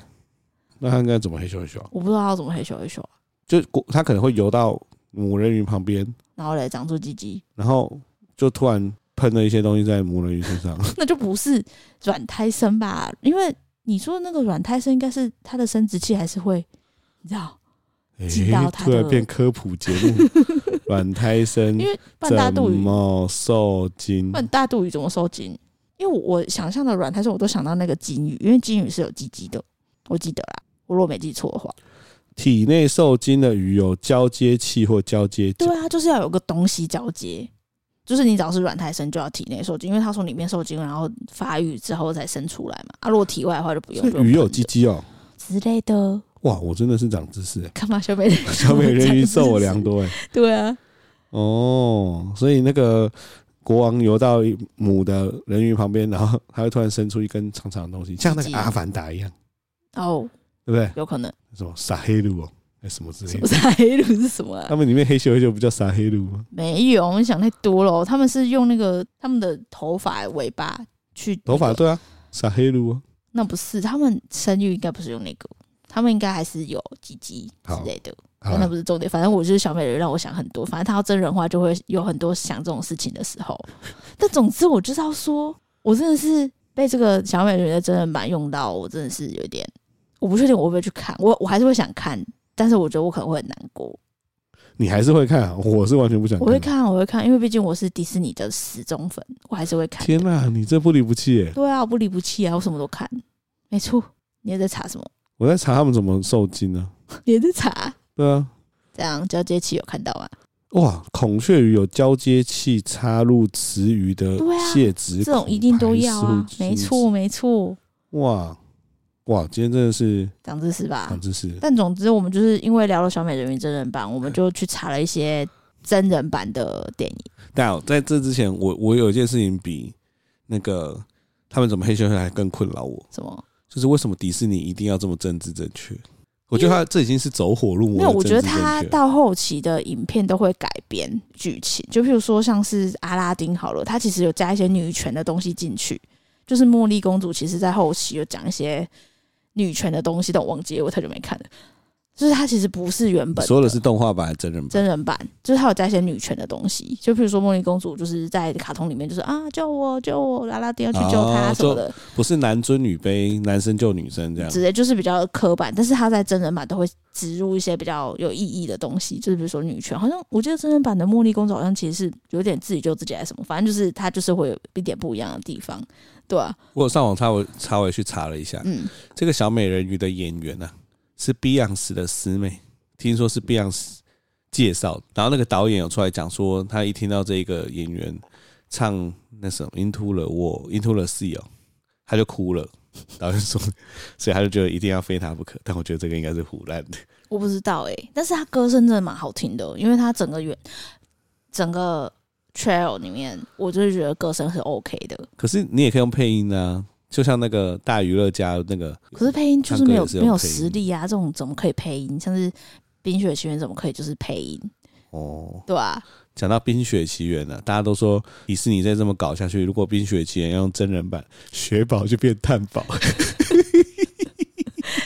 Speaker 1: 那他应该怎么黑咻黑咻啊？
Speaker 2: 我不知道他怎么黑手黑手啊，
Speaker 1: 就国他可能会游到母人鱼旁边，
Speaker 2: 然后嘞长出鸡鸡，
Speaker 1: 然后就突然喷了一些东西在母人鱼身
Speaker 2: <laughs>
Speaker 1: 上。
Speaker 2: 那就不是软胎生吧？因为你说那个软胎生应该是他的生殖器还是会，你知道，知道
Speaker 1: 诶
Speaker 2: 它
Speaker 1: 突
Speaker 2: 的
Speaker 1: 然变科普节
Speaker 2: <laughs>
Speaker 1: 目，卵胎生
Speaker 2: 因为半大
Speaker 1: 怎
Speaker 2: 肚鱼，
Speaker 1: 么受精？
Speaker 2: 半大肚鱼怎么受精？因为我我想象的软泰式我都想到那个金鱼，因为金鱼是有鸡鸡的，我记得啦，我如果没记错的话，
Speaker 1: 体内受精的鱼有交接器或交接
Speaker 2: 对
Speaker 1: 角，
Speaker 2: 啊，就是要有个东西交接，就是你只要是软胎生就要体内受精，因为他从里面受精，然后发育之后才生出来嘛。啊，如果体外的话就不用，
Speaker 1: 所
Speaker 2: 不 <laughs>
Speaker 1: 以鱼
Speaker 2: 用
Speaker 1: 有
Speaker 2: 喷
Speaker 1: 鸡
Speaker 2: 的
Speaker 1: 鸡哦。
Speaker 2: 之类的，
Speaker 1: 哇，我真的是长知识欸，
Speaker 2: 干嘛小美人
Speaker 1: 小美人鱼受我良
Speaker 2: 多？
Speaker 1: 多
Speaker 2: <laughs>
Speaker 1: 哎。
Speaker 2: 对啊，
Speaker 1: 哦，所以那个国王游到母的人鱼旁边，然后它会突然伸出一根长长的东西，像那
Speaker 2: 鸡
Speaker 1: 个
Speaker 2: 鸡
Speaker 1: 阿凡达一样，
Speaker 2: 哦，
Speaker 1: 对不对？
Speaker 2: 有可能
Speaker 1: 什么撒黑鹿哦，还是什么之类
Speaker 2: 什
Speaker 1: 的
Speaker 2: 么。是黑奴是什么、啊
Speaker 1: 他？们里面黑咻黑咻不叫撒黑鹿吗？
Speaker 2: 没有，你想太多了哦。他们是用那个他们的头发、尾巴去
Speaker 1: 头发
Speaker 2: 那个
Speaker 1: 对啊，撒黑鹿哦。
Speaker 2: 那不是他们生育应该不是用那个，他们应该还是有鸡鸡之类的。
Speaker 1: 好啊
Speaker 2: 那
Speaker 1: 啦
Speaker 2: 不是重点，反正我就是小美人，让我想很多。反正她要真人化，就会有很多想这种事情的时候。但总之，我就是要说，我真的是被这个小美人的真人版用到，我真的是有点，我不确定我会不会去看，我我还是会想看，但是我觉得我可能会很难过。
Speaker 1: 你还是会看啊，我是完全不想
Speaker 2: 我会
Speaker 1: 看。
Speaker 2: 看，我会看，因为毕竟我是迪士尼的死忠粉，我还是会看。
Speaker 1: 天哪、你这不离不弃耶！
Speaker 2: 对啊，我不离不弃啊，我什么都看。没错，你也在查什么？ <laughs>
Speaker 1: 我在查他们怎么受精呢、
Speaker 2: 你也在查？
Speaker 1: 对啊，
Speaker 2: 这样交接器有看到啊？
Speaker 1: 哇，孔雀鱼有交接器插入雌鱼的
Speaker 2: 对啊
Speaker 1: 泄殖、
Speaker 2: 这种一定都要啊，没。错没错，
Speaker 1: 哇哇，今天真的是
Speaker 2: 长知识吧
Speaker 1: 长？知识。
Speaker 2: 但总之，我们就是因为聊了小美人鱼真人版，我们就去查了一些真人版的电影。
Speaker 1: 但哦在这之前，我我有一件事情比那个他们怎么黑社会还更困扰我，
Speaker 2: 什么？
Speaker 1: 就是为什么迪士尼一定要这么政治正确？我觉得他这已经是走火入魔
Speaker 2: 没
Speaker 1: 的
Speaker 2: 有，我觉得
Speaker 1: 政治正
Speaker 2: 他
Speaker 1: 确
Speaker 2: 到后期的影片都会改编剧情，就譬如说像是阿拉丁好了，他其实有加一些女权的东西进去，就是茉莉公主其实在后期有讲一些女权的东西，但我忘记了，我太久没看了。就是他其实不是原
Speaker 1: 你
Speaker 2: 本
Speaker 1: 说的
Speaker 2: 的
Speaker 1: 是动画版还是真人版？
Speaker 2: 真人版，就是他有加一些女权的东西，就譬如说茉莉公主就是在卡通里面就是啊救我救我，阿拉丁要去救她
Speaker 1: 哦
Speaker 2: 什么的，
Speaker 1: 不是男尊女卑，男生救女生这样。
Speaker 2: 直接就是比较刻板，但是他在真人版都会植入一些比较有意义的东西，就是比如说女权，好像我记得真人版的茉莉公主好像其实是有点自己救自己还是什么，反正就是他就是会有一点不一样的地方，对啊，
Speaker 1: 我有上网查我查回去查了一下，
Speaker 2: 嗯，
Speaker 1: 这个小美人鱼的演员呢、啊、是 Beyonce 的师妹，听说是 Beyonce 介绍，然后那个导演有出来讲说，他一听到这个演员唱那什么 Into the Wall Into the Sea 哦，他就哭了。导演说，所以他就觉得一定要非他不可。但我觉得这个应该是胡乱的。
Speaker 2: 我不知道诶、但是他歌声真的蛮好听的，哦因为他整个原整个 trail 里面，我就是觉得歌声是 OK 的，
Speaker 1: 可是你也可以用配音啊，就像那个大娱乐家那个，
Speaker 2: 可是配音就是没有
Speaker 1: 唱歌也是有
Speaker 2: 没有
Speaker 1: 配音
Speaker 2: 实力啊，这种怎么可以配音？像是《冰雪奇缘》怎么可以就是配音？
Speaker 1: 哦，
Speaker 2: 对啊， <laughs>
Speaker 1: 讲到《冰雪奇缘》啊呢，大家都说迪士尼再这么搞下去，如果《冰雪奇缘》要用真人版，雪宝就变探宝， <laughs>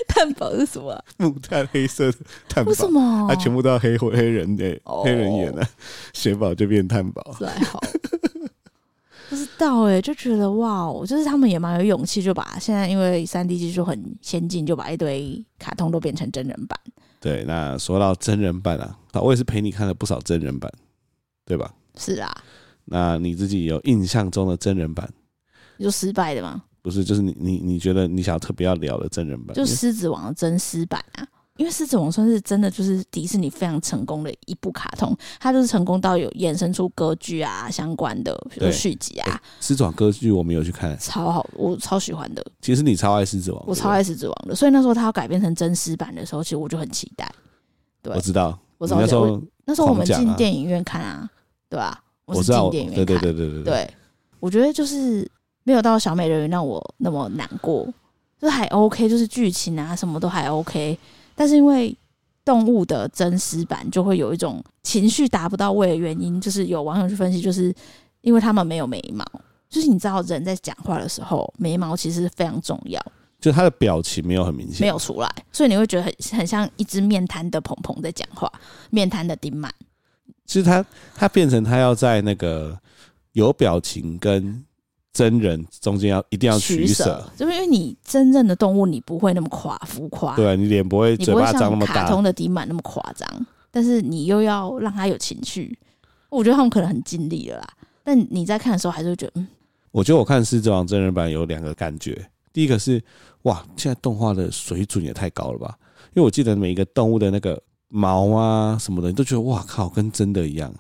Speaker 2: 探宝是什么啊、
Speaker 1: 木炭黑色的探宝
Speaker 2: 为，什么？
Speaker 1: 他啊全部都要黑灰黑人的、
Speaker 2: 哦
Speaker 1: 黑人演的、雪宝就变探宝。
Speaker 2: <laughs> 是还好，不知道哎、就觉得哇哦，就是他们也蛮有勇气，就把现在因为三 D 技术很先进，就把一堆卡通都变成真人版。
Speaker 1: 对，那说到真人版啊，啊我也是陪你看了不少真人版，对吧？
Speaker 2: 是啊啦，
Speaker 1: 那你自己有印象中的真人版，
Speaker 2: 你说失败的嘛，
Speaker 1: 不是就是你你你觉得你想要特别要聊的真人版？
Speaker 2: 就《狮子王》的真狮版啊。因为《狮子王》算是真的就是迪士尼非常成功的一部卡通，它就是成功到有衍生出歌剧啊相关的，比如说
Speaker 1: 对
Speaker 2: 续集啊，
Speaker 1: 狮子王歌剧我们有去看，
Speaker 2: 超好，我超喜欢的，
Speaker 1: 其实你超爱狮子王，
Speaker 2: 我超爱《狮子王》的。所以那时候它要改编成真狮版的时候，其实我就很期待。
Speaker 1: 对
Speaker 2: 对
Speaker 1: 不对，我知道，
Speaker 2: 我
Speaker 1: 你
Speaker 2: 超
Speaker 1: 那
Speaker 2: 喜
Speaker 1: 时
Speaker 2: 欢，
Speaker 1: 候
Speaker 2: 那时候我
Speaker 1: 狂
Speaker 2: 们
Speaker 1: 讲啊
Speaker 2: 进电影院看啊，对吧、
Speaker 1: 我
Speaker 2: 是
Speaker 1: 知道，
Speaker 2: 进
Speaker 1: 我
Speaker 2: 电影院
Speaker 1: 对
Speaker 2: 看，
Speaker 1: 对对对对对，
Speaker 2: 对我觉得就是没有到小美人鱼让我那么难过，就是还 OK，就是剧情啊什么都还 OK，但是因为动物的真实版就会有一种情绪达不到位的原因，就是有网友去分析，就是因为他们没有眉毛，就是你知道人在讲话的时候，眉毛其实非常重要，
Speaker 1: 就他的表情没有很明显，
Speaker 2: 没有出来，所以你会觉得很很像一只面瘫的鹏鹏在讲话，面瘫的丁满。
Speaker 1: 其实他他变成他要在那个有表情跟真人中间要一定要取舍，，
Speaker 2: 就是因为你真正的动物你不会那么夸浮夸，
Speaker 1: 对啊你脸不会
Speaker 2: 啊你
Speaker 1: 嘴
Speaker 2: 不会
Speaker 1: 巴张那
Speaker 2: 像
Speaker 1: 么
Speaker 2: 卡
Speaker 1: 大，
Speaker 2: 通的迪满那么夸张，但是你又要让它有情绪，我觉得他们可能很尽力了啦。但你在看的时候还是会觉得，嗯，
Speaker 1: 我觉得我看《狮子王》真人版有两个感觉，第一个是哇，现在动画的水准也太高了吧？因为我记得每一个动物的那个毛啊什么的，你都觉得哇靠，跟真的一样。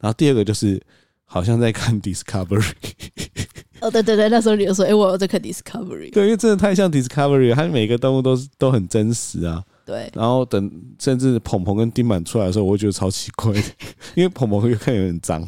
Speaker 1: 然后第二个就是好像在看
Speaker 2: <laughs>
Speaker 1: Discovery，
Speaker 2: 哦，对对对，那时候你就说，哎、我有在看 Discovery，
Speaker 1: 对，因为真的太像 Discovery，了它每个动物都是都很真实啊。
Speaker 2: 对
Speaker 1: 然后等甚至鹏鹏跟丁满出来的时候，我会觉得超奇怪的， <laughs> 因为鹏鹏又看有点脏，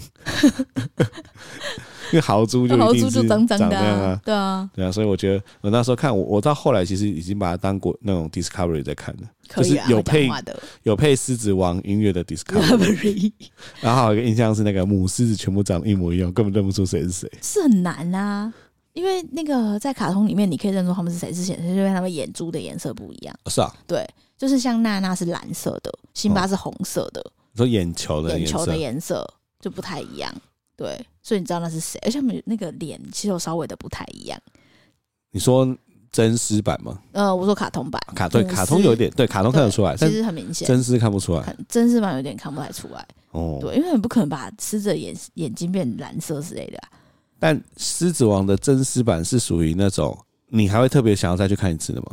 Speaker 1: <laughs> 因为豪猪就
Speaker 2: 那豪
Speaker 1: 一
Speaker 2: 猪
Speaker 1: 定
Speaker 2: 就是脏脏
Speaker 1: 长
Speaker 2: 的、啊
Speaker 1: 那样
Speaker 2: 对啊，
Speaker 1: 对啊，所以我觉得我那时候看我，我到后来其实已经把它当过那种 Discovery 在看了，
Speaker 2: 可以啊，
Speaker 1: 就是有
Speaker 2: 会
Speaker 1: 配
Speaker 2: 讲
Speaker 1: <laughs>
Speaker 2: 话的
Speaker 1: 有配《狮子王》音乐的
Speaker 2: <laughs>
Speaker 1: Discovery，
Speaker 2: Discovery
Speaker 1: 然后还有一个印象是那个母狮子全部长得一模一样，根本认不出谁是谁。
Speaker 2: 是很难啊，因为那个在卡通里面，你可以认出他们是谁之前，是因为他们眼珠的颜色不一样。
Speaker 1: 是啊，
Speaker 2: 对，就是像娜娜是蓝色的，辛
Speaker 1: 哦
Speaker 2: 巴是红色的，
Speaker 1: 你说眼球的
Speaker 2: 眼球
Speaker 1: 色
Speaker 2: 的，颜色就不太一样。对，所以你知道那是谁，而且他们那个脸其实有稍微的不太一样。
Speaker 1: 你说真狮版吗？
Speaker 2: 呃，我说卡通版，
Speaker 1: 卡对，
Speaker 2: 母狮
Speaker 1: 卡通有一点对，卡通看得出来，
Speaker 2: 其
Speaker 1: 但
Speaker 2: 实很明显，
Speaker 1: 真狮看不出来。
Speaker 2: 很真是蛮有点看不太出来。
Speaker 1: 哦，
Speaker 2: 对，因为你不可能把狮子的眼眼睛变蓝色之类的啊、
Speaker 1: 但《狮子王》的真狮版是属于那种你还会特别想要再去看一次的吗？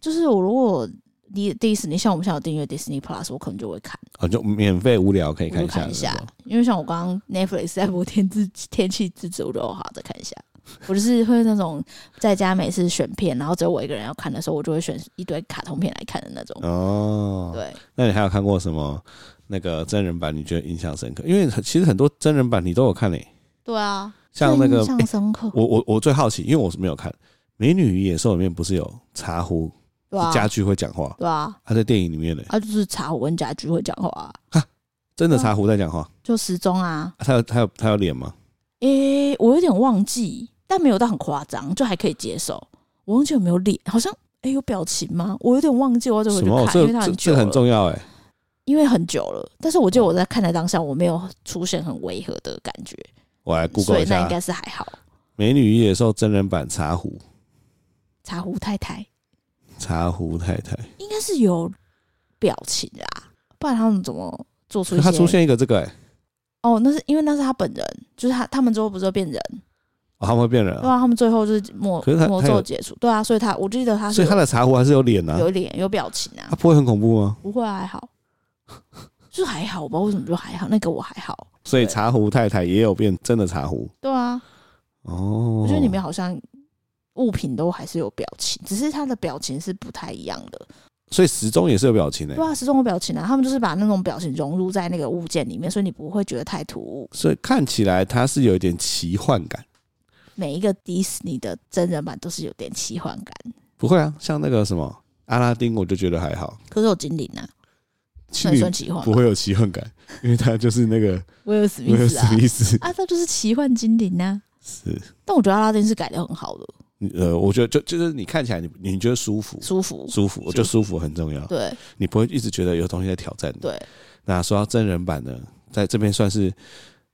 Speaker 2: 就是我如果你迪士尼，像我们现在有订阅 Disney Plus，我可能就会看。
Speaker 1: 啊，就免费无聊可以
Speaker 2: 我
Speaker 1: 看
Speaker 2: 就
Speaker 1: 一下
Speaker 2: 看
Speaker 1: 的
Speaker 2: 一
Speaker 1: 那
Speaker 2: 下
Speaker 1: 种。，
Speaker 2: 因为像我刚刚 Netflix 在播天之天气之子，我就哦好再看一下。我就是会那种在家每次选片，然后只有我一个人要看的时候，我就会选一堆卡通片来看的那种。
Speaker 1: 哦，
Speaker 2: 对，
Speaker 1: 那你还有看过什么那个真人版？你觉得印象深刻？因为很其实很多真人版你都有看嘞、欸
Speaker 2: 对啊，
Speaker 1: 像那个
Speaker 2: 印象深刻，
Speaker 1: 我我我最好奇，因为我是没有看《美女与野兽》里面不是有茶壶
Speaker 2: 对啊，
Speaker 1: 家具会讲话？
Speaker 2: 对啊，
Speaker 1: 他在电影里面呢，
Speaker 2: 啊就是茶壶跟家具会讲话、啊，
Speaker 1: 真的茶壶在讲话？
Speaker 2: 就时钟啊，
Speaker 1: 他有他有他有脸吗？
Speaker 2: 诶、我有点忘记，但没有到很夸张，就还可以接受。我忘记有没有脸，好像诶、有表情吗？我有点忘记，我要再回
Speaker 1: 什
Speaker 2: 去
Speaker 1: 么？哦
Speaker 2: 看，
Speaker 1: 这
Speaker 2: 因为它
Speaker 1: 这
Speaker 2: 很久
Speaker 1: 这很
Speaker 2: 了。
Speaker 1: 重要哎、
Speaker 2: 因为很久了，但是我记
Speaker 1: 嗯
Speaker 2: 得我在看的当下，我没有出现很违和的感觉，
Speaker 1: 我来
Speaker 2: 所
Speaker 1: Google
Speaker 2: 以
Speaker 1: 一
Speaker 2: 那应
Speaker 1: 下啊
Speaker 2: 该
Speaker 1: 《
Speaker 2: 是还好。
Speaker 1: 美女与野兽》真人版茶壶
Speaker 2: 茶壶太太
Speaker 1: 茶壶太太。
Speaker 2: 应该是有表情啦，不然他们怎么做出一
Speaker 1: 可
Speaker 2: 些？
Speaker 1: 他出现一个这个、欸，
Speaker 2: 哦，那是因为那是他本人，就是他他们最后不是都变人，
Speaker 1: 哦，他们会变人、
Speaker 2: 对
Speaker 1: 啊，
Speaker 2: 啊，他们最后就是魔
Speaker 1: 可是他
Speaker 2: 魔
Speaker 1: 他有
Speaker 2: 咒解除，对啊，所以他我记得他是
Speaker 1: 所以他的茶壶还是有脸呐、啊
Speaker 2: 有，脸有表情啊
Speaker 1: 他，不会很恐怖吗？
Speaker 2: 不会啊还好， <laughs> 就是还好吧，为什么就还好？那个我还好，
Speaker 1: 所以
Speaker 2: 对
Speaker 1: 茶壶太太也有变真的茶壶
Speaker 2: 对啊，
Speaker 1: 哦。
Speaker 2: 我觉得里面好像物品都还是有表情，只是他的表情是不太一样的。
Speaker 1: 所以时钟也是有表情的、
Speaker 2: 对啊，十种表情啊，他们就是把那种表情融入在那个物件里面，所以你不会觉得太突兀。
Speaker 1: 所以看起来它是有一点奇幻感。
Speaker 2: 每一个迪士尼的真人版都是有点奇幻感，
Speaker 1: 不会啊，像那个什么阿拉丁，我就觉得还好，
Speaker 2: 可是有精灵啊，
Speaker 1: 情
Speaker 2: 那也
Speaker 1: 侣
Speaker 2: 算奇幻吧。
Speaker 1: 不会有奇幻感， <laughs> 因为他就是那个
Speaker 2: 威尔史
Speaker 1: 没
Speaker 2: 密
Speaker 1: 有
Speaker 2: 斯
Speaker 1: 什
Speaker 2: 啊
Speaker 1: 么，意思。
Speaker 2: 啊，这就是奇幻精灵啊。
Speaker 1: 是，
Speaker 2: 但我觉得阿拉丁是改的很好的，
Speaker 1: 你呃，我觉得就就是你看起来你你觉得舒服。
Speaker 2: 舒服。
Speaker 1: 舒服，我觉得舒服很重要，
Speaker 2: 对
Speaker 1: 你不会一直觉得有东西在挑战你。
Speaker 2: 对，
Speaker 1: 那说到真人版呢，在这边算是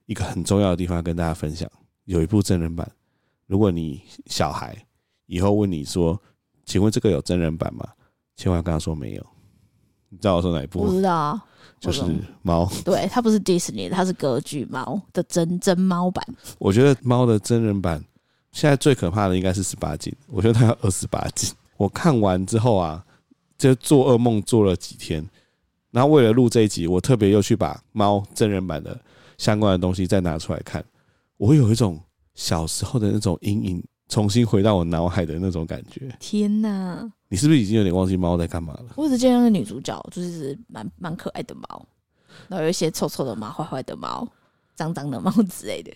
Speaker 1: 一个很重要的地方要跟大家分享。有一部真人版，如果你小孩以后问你说：“请问这个有真人版吗？”千万跟他说没有。你知道我说哪一部
Speaker 2: 我
Speaker 1: 吗？
Speaker 2: 知道啊。
Speaker 1: 就
Speaker 2: 我
Speaker 1: 是
Speaker 2: 懂
Speaker 1: 猫。
Speaker 2: 对，它不是迪士尼的，它是歌剧猫的真真猫版。
Speaker 1: 我觉得猫的真人版现在最可怕的应该是十八禁，我觉得它要二十八禁。我看完之后啊，就做噩梦做了几天，然后为了录这一集，我特别又去把猫真人版的相关的东西再拿出来看，我有一种小时候的那种阴影重新回到我脑海的那种感觉。
Speaker 2: 天哪！
Speaker 1: 你是不是已经有点忘记猫在干嘛了？
Speaker 2: 我只见到那个女主角就是蛮蛮可爱的猫，然后有一些臭臭的猫、坏坏的猫、脏脏的猫之类的。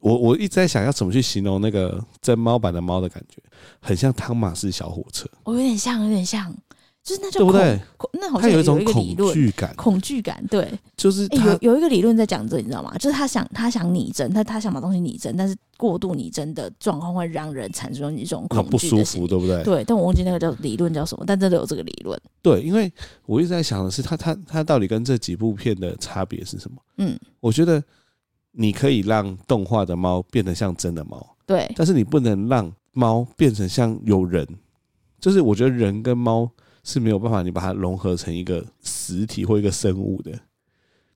Speaker 1: 我我一直在想要怎么去形容那个真猫版的猫的感觉，很像汤马士小火车，
Speaker 2: 我有点像，有点像，就是那叫
Speaker 1: 对不
Speaker 2: 恐
Speaker 1: 对？
Speaker 2: 恐那好
Speaker 1: 它
Speaker 2: 像
Speaker 1: 有
Speaker 2: 有
Speaker 1: 一种
Speaker 2: 一个
Speaker 1: 恐
Speaker 2: 理论，
Speaker 1: 惧感，
Speaker 2: 恐惧感。对，
Speaker 1: 就是
Speaker 2: 诶
Speaker 1: 它
Speaker 2: 哎有有一个理论在讲这，你知道吗？就是他想他想拟真，他他想把东西拟真，但是过度拟真的状况会让人产生一种
Speaker 1: 很
Speaker 2: 恐
Speaker 1: 哦不
Speaker 2: 惧
Speaker 1: 舒
Speaker 2: 的心
Speaker 1: 服，
Speaker 2: 理。
Speaker 1: 对不对？
Speaker 2: 对，但我忘记那个叫理论叫什么，但真的有这个理论。
Speaker 1: 对，因为我一直在想的是，它它它到底跟这几部片的差别是什么？
Speaker 2: 嗯，
Speaker 1: 我觉得你可以让动画的猫变得像真的猫，
Speaker 2: 对，
Speaker 1: 但是你不能让猫变成像有人。就是我觉得人跟猫是没有办法，你把它融合成一个实体或一个生物的，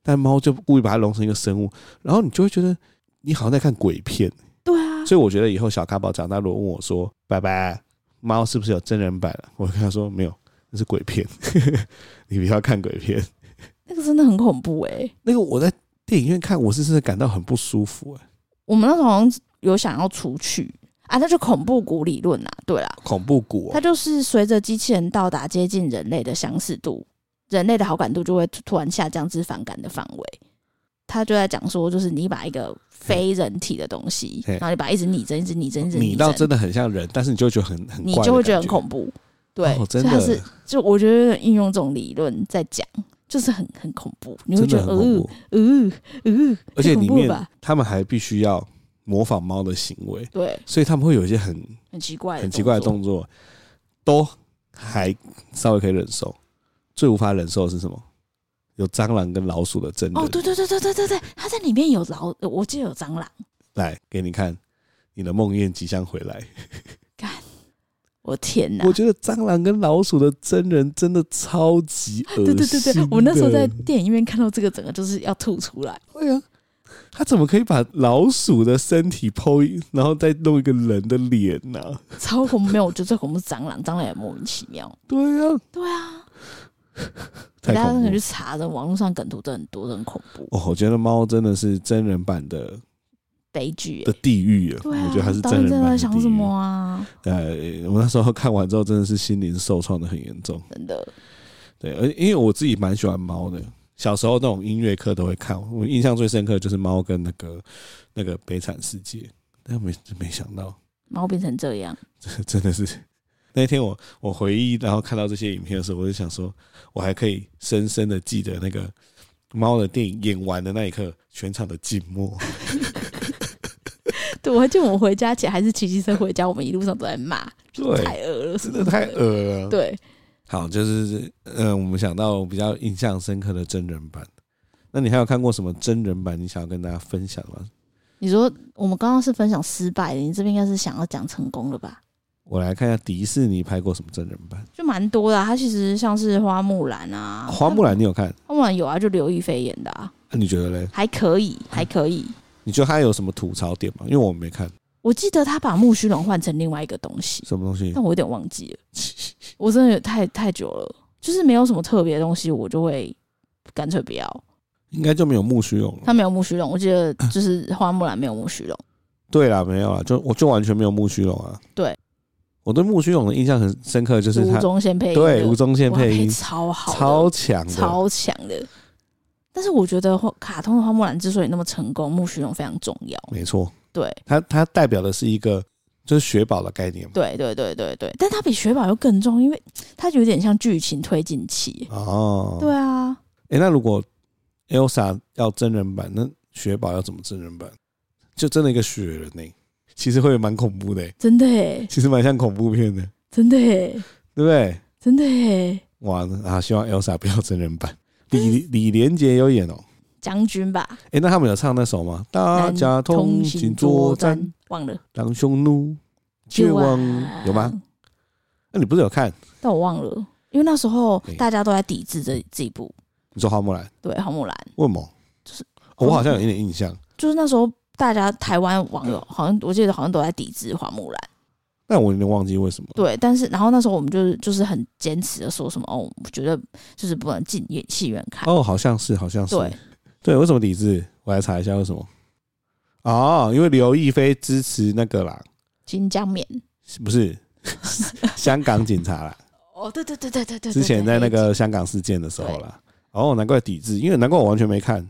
Speaker 1: 但猫就故意把它融成一个生物，然后你就会觉得你好像在看鬼片。
Speaker 2: 对啊，
Speaker 1: 所以我觉得以后小咖宝长大如果问我说“拜拜，猫是不是有真人版了？”我会跟他说没有，那是鬼片， <laughs> 你不要看鬼片。
Speaker 2: 那个真的很恐怖哎、
Speaker 1: 那个我在电影院看，我是真的感到很不舒服、欸，
Speaker 2: 我们那时候好像有想要出去啊，那就恐怖谷理论啦，对啦，
Speaker 1: 恐怖谷、
Speaker 2: 它
Speaker 1: 哦。
Speaker 2: 就是随着机器人到达接近人类的相似度，人类的好感度就会突突然下降至反感的范围。他就在讲说，就是你把一个非人体的东西，
Speaker 1: 嘿
Speaker 2: 然后你把它一直拟真，一直拟真，一直
Speaker 1: 你
Speaker 2: 拟
Speaker 1: 到
Speaker 2: 真，
Speaker 1: 真的很像人，但是你就会觉得很很怪
Speaker 2: 你
Speaker 1: 的
Speaker 2: 就会觉得
Speaker 1: 感
Speaker 2: 很恐怖。对，
Speaker 1: 哦
Speaker 2: 所
Speaker 1: 真
Speaker 2: 以
Speaker 1: 的
Speaker 2: 它是就我觉得应用这种理论在讲，就是很很恐怖，你会
Speaker 1: 真
Speaker 2: 觉
Speaker 1: 的很
Speaker 2: 得
Speaker 1: 恐
Speaker 2: 呃
Speaker 1: 怖。
Speaker 2: 呃呃，
Speaker 1: 而且
Speaker 2: 太恐
Speaker 1: 里
Speaker 2: 怖了
Speaker 1: 面
Speaker 2: 吧
Speaker 1: 他们还必须要模仿猫的行为，
Speaker 2: 对，
Speaker 1: 所以他们会有一些很
Speaker 2: 很奇怪，
Speaker 1: 很奇怪的
Speaker 2: 作。
Speaker 1: 动作，都还稍微可以忍受。最无法忍受的是什么？有蟑螂跟老鼠的真人、
Speaker 2: 哦，对对对对对对对，它在里面有老，呃我记得有蟑螂，
Speaker 1: 来给你看，你的梦魇即将回来。
Speaker 2: 我天哪！
Speaker 1: 我觉得蟑螂跟老鼠的真人真的超级恶心。
Speaker 2: 对对对对，我那时候在，电影院看到这个，整个就是要吐出来。
Speaker 1: 对啊，他怎么可以把老鼠的身体剖一，然后再弄一个人的脸呢、
Speaker 2: 超恐怖，没有，我觉得最恐怖是蟑螂，蟑螂也莫名其妙。
Speaker 1: 对啊，
Speaker 2: 对啊，
Speaker 1: 太
Speaker 2: 大家
Speaker 1: 恐
Speaker 2: 那
Speaker 1: 怖
Speaker 2: 个去
Speaker 1: 了。
Speaker 2: 查的，网络上梗图真的很多，真的很恐怖，
Speaker 1: 哦，我觉得猫真的是真人版的
Speaker 2: 悲剧、
Speaker 1: 的
Speaker 2: 欸。
Speaker 1: 地狱啊！
Speaker 2: 对啊，
Speaker 1: 我觉得它是
Speaker 2: 导演
Speaker 1: 真人
Speaker 2: 真
Speaker 1: 版
Speaker 2: 的
Speaker 1: 的
Speaker 2: 在
Speaker 1: 地
Speaker 2: 想什
Speaker 1: 狱
Speaker 2: 么。啊？
Speaker 1: 呃，我那时候看完之后真的是心灵受创的很严重。
Speaker 2: 真的，
Speaker 1: 对，而因为我自己蛮喜欢猫的，小时候那种音乐课都会看。我印象最深刻就是猫跟那个那个《悲惨世界》，但没没想到，
Speaker 2: 猫变成这样，
Speaker 1: 这真的是那天我我回忆，然后看到这些影片的时候，我就想说，我还可以深深的记得那个猫的电影演完的那一刻，全场的静默。
Speaker 2: <laughs> 对我还记得我们回家前还是骑机车回家，我们一路上都在骂，
Speaker 1: 对，
Speaker 2: <laughs> 太恶了，
Speaker 1: 真的太恶了。
Speaker 2: 对，
Speaker 1: 好，就是呃，我们想到比较印象深刻的真人版。那你还有看过什么真人版？你想要跟大家分享吗？
Speaker 2: 你说我们刚刚是分享失败的，你这边应该是想要讲成功的吧？
Speaker 1: 我来看一下迪士尼拍过什么真人版。
Speaker 2: 就蛮多的、啊，它其实像是花木兰啊，
Speaker 1: 花木兰你有看？
Speaker 2: 花木兰有啊，就刘亦菲演的啊，
Speaker 1: 那、你觉得嘞？
Speaker 2: 还可以，
Speaker 1: 嗯
Speaker 2: 还可以。
Speaker 1: 你觉得它有什么吐槽点吗？因为我没看
Speaker 2: 我记得他把木须龙换成另外一个东西，
Speaker 1: 什么东西。
Speaker 2: 但我有点忘记了， <laughs> 我真的有太太久了，就是没有什么特别的东西，我就会干脆不要。
Speaker 1: 应该就没有木须龙了。
Speaker 2: 他没有木须龙，我记
Speaker 1: <coughs>
Speaker 2: 得就是花木兰没有木须龙，
Speaker 1: 对啦，没有啦，就我就完全没有木须龙啊。
Speaker 2: 对，
Speaker 1: 我对木须龙的印象很深刻，就是
Speaker 2: 吴
Speaker 1: 他
Speaker 2: 宗宪配音的，
Speaker 1: 对吴宗宪
Speaker 2: 哇配
Speaker 1: 配音
Speaker 2: 超好的，
Speaker 1: 超强的，
Speaker 2: 超强的。但是我觉得花卡通的花木兰之所以那么成功，木须龙非常重要。
Speaker 1: 没错，
Speaker 2: 对，
Speaker 1: 它它代表的是一个就是雪宝的概念嘛。
Speaker 2: 对，对，对，对，对。但它比雪宝又更重，因为它有点像剧情推进器。
Speaker 1: 哦，
Speaker 2: 对啊，
Speaker 1: 哎、那如果 Elsa 要真人版，那雪宝要怎么真人版？就真的一个雪人呢、其实会蛮恐怖的、欸，
Speaker 2: 真的耶，
Speaker 1: 其实蛮像恐怖片的，
Speaker 2: 真的耶，
Speaker 1: 对不对？
Speaker 2: 真的耶，
Speaker 1: 哇啊！希望 Elsa 不要真人版。李李连杰有演哦、
Speaker 2: 将军吧，
Speaker 1: 哎、那他们有唱那首吗？大家同行作战，，
Speaker 2: 忘了
Speaker 1: 当匈奴绝望，
Speaker 2: 啊
Speaker 1: 有吗？？那、你不是有看？
Speaker 2: 但我忘了，因为那时候
Speaker 1: 对
Speaker 2: 大家都在抵制这这一部，
Speaker 1: 你说花木兰？
Speaker 2: 对花木兰，
Speaker 1: 为什么？
Speaker 2: 就是
Speaker 1: 哦我好像有一点印象。
Speaker 2: 就是那时候大家台湾网友好像我记得好像都在抵制花木兰，
Speaker 1: 但我有点忘记为什么。
Speaker 2: 对，但是然后那时候我们就是就是很坚持的说什么哦，我们觉得就是不能进演戏院看，
Speaker 1: 哦，好像是，好像是。
Speaker 2: 对
Speaker 1: 对，为什么抵制？我来查一下为什么。哦，因为刘亦菲支持那个啦，
Speaker 2: 新疆棉。
Speaker 1: 是不是香港警察啦？
Speaker 2: 哦，对对对对 <laughs> 对对，
Speaker 1: 之前
Speaker 2: 对
Speaker 1: 在那个香港事件的时候啦。哦，难怪抵制，因为难怪我完全没看。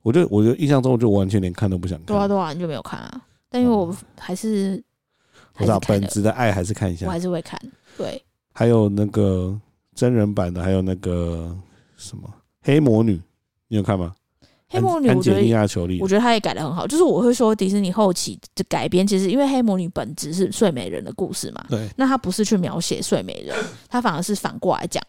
Speaker 1: 我就我就印象中，我就完全连看都不想看。
Speaker 2: 对啊对啊，你就没有看啊？但因为我还是
Speaker 1: 我
Speaker 2: 还
Speaker 1: 知道
Speaker 2: 是
Speaker 1: 本
Speaker 2: 看了，
Speaker 1: 职的爱还是看一
Speaker 2: 我
Speaker 1: 下
Speaker 2: 还，是会看。对，
Speaker 1: 还有那个真人版的，还有那个什么黑魔女，你有看吗？
Speaker 2: 黑魔女
Speaker 1: 安
Speaker 2: 我
Speaker 1: 安
Speaker 2: 觉
Speaker 1: 吉丽
Speaker 2: 得。
Speaker 1: 娜·裘丽
Speaker 2: 我，觉得她也改的很好，就是我会说迪士尼后期的改编，其实因为黑魔女本质是睡美人的故事嘛，
Speaker 1: 对，
Speaker 2: 那她不是去描写睡美人，她反而是反过来讲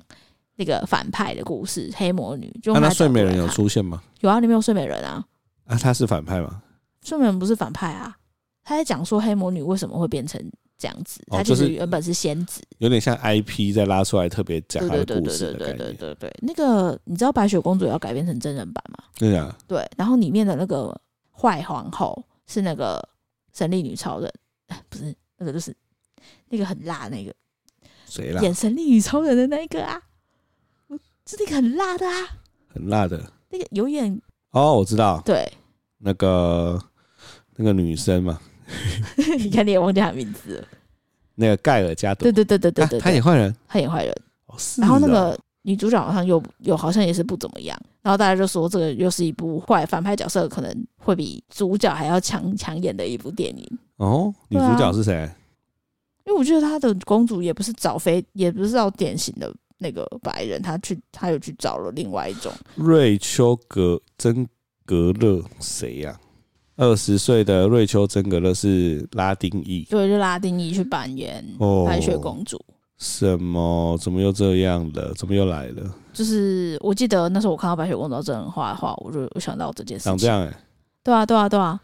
Speaker 2: 那个反派的故事，黑魔女。就
Speaker 1: 啊
Speaker 2: 用她
Speaker 1: 那
Speaker 2: 的
Speaker 1: 睡美
Speaker 2: 角度
Speaker 1: 人
Speaker 2: 来
Speaker 1: 有
Speaker 2: 看
Speaker 1: 出现吗？
Speaker 2: 有啊，里面有睡美人啊，
Speaker 1: 啊，她是反派吗？
Speaker 2: 睡美人不是反派啊，她在讲说黑魔女为什么会变成这样子，
Speaker 1: 哦
Speaker 2: 她其
Speaker 1: 就
Speaker 2: 实
Speaker 1: 是
Speaker 2: 原本是仙子，
Speaker 1: 有点像 IP 再拉出来特别讲她的
Speaker 2: 对对对
Speaker 1: 故
Speaker 2: 对
Speaker 1: 事
Speaker 2: 对
Speaker 1: 的
Speaker 2: 对
Speaker 1: 概
Speaker 2: 对
Speaker 1: 念，
Speaker 2: 对对，那个你知道白雪公主要改编成真人版吗？
Speaker 1: 啊真的假的？
Speaker 2: 对，然后里面的那个坏皇后是那个神力女超人》 <laughs> 哎，不是那个，就是那个很辣那个
Speaker 1: 谁啦？
Speaker 2: 演《神力女超人》的那一个啊，我是那个很辣的啊，
Speaker 1: 很辣的
Speaker 2: 那个有演
Speaker 1: 哦，我知道
Speaker 2: 对， <laughs>
Speaker 1: 那个那个女生嘛，
Speaker 2: 你看你也忘记他名字了，
Speaker 1: 那个盖尔加
Speaker 2: 对
Speaker 1: 朵，
Speaker 2: 对对对对对
Speaker 1: 啊她也
Speaker 2: 对，
Speaker 1: 坏人，
Speaker 2: 他演坏人。
Speaker 1: 哦是
Speaker 2: 然后那
Speaker 1: 哦
Speaker 2: 个女主角好像又又好像也是不怎么样，然后大家就说这个又是一部坏反派角色可能会比主角还要强强演的一部电影，
Speaker 1: 哦，女
Speaker 2: 对啊
Speaker 1: 主角是谁？
Speaker 2: 因为我觉得她的公主也不是找非，也不是找典型的那个白人，她去她有去找了另外一种，
Speaker 1: 瑞秋格真格勒谁呀？二十岁的瑞秋真格勒是拉丁裔
Speaker 2: 就就拉丁裔去扮演
Speaker 1: 哦，
Speaker 2: 白雪公主。
Speaker 1: 什么？怎么又这样了？怎么又来了？
Speaker 2: 就是我记得那时候我看到白雪公主这人画的画，我就我想到这件事
Speaker 1: 长这
Speaker 2: 情。
Speaker 1: 样哎、
Speaker 2: 对啊，对啊，对啊。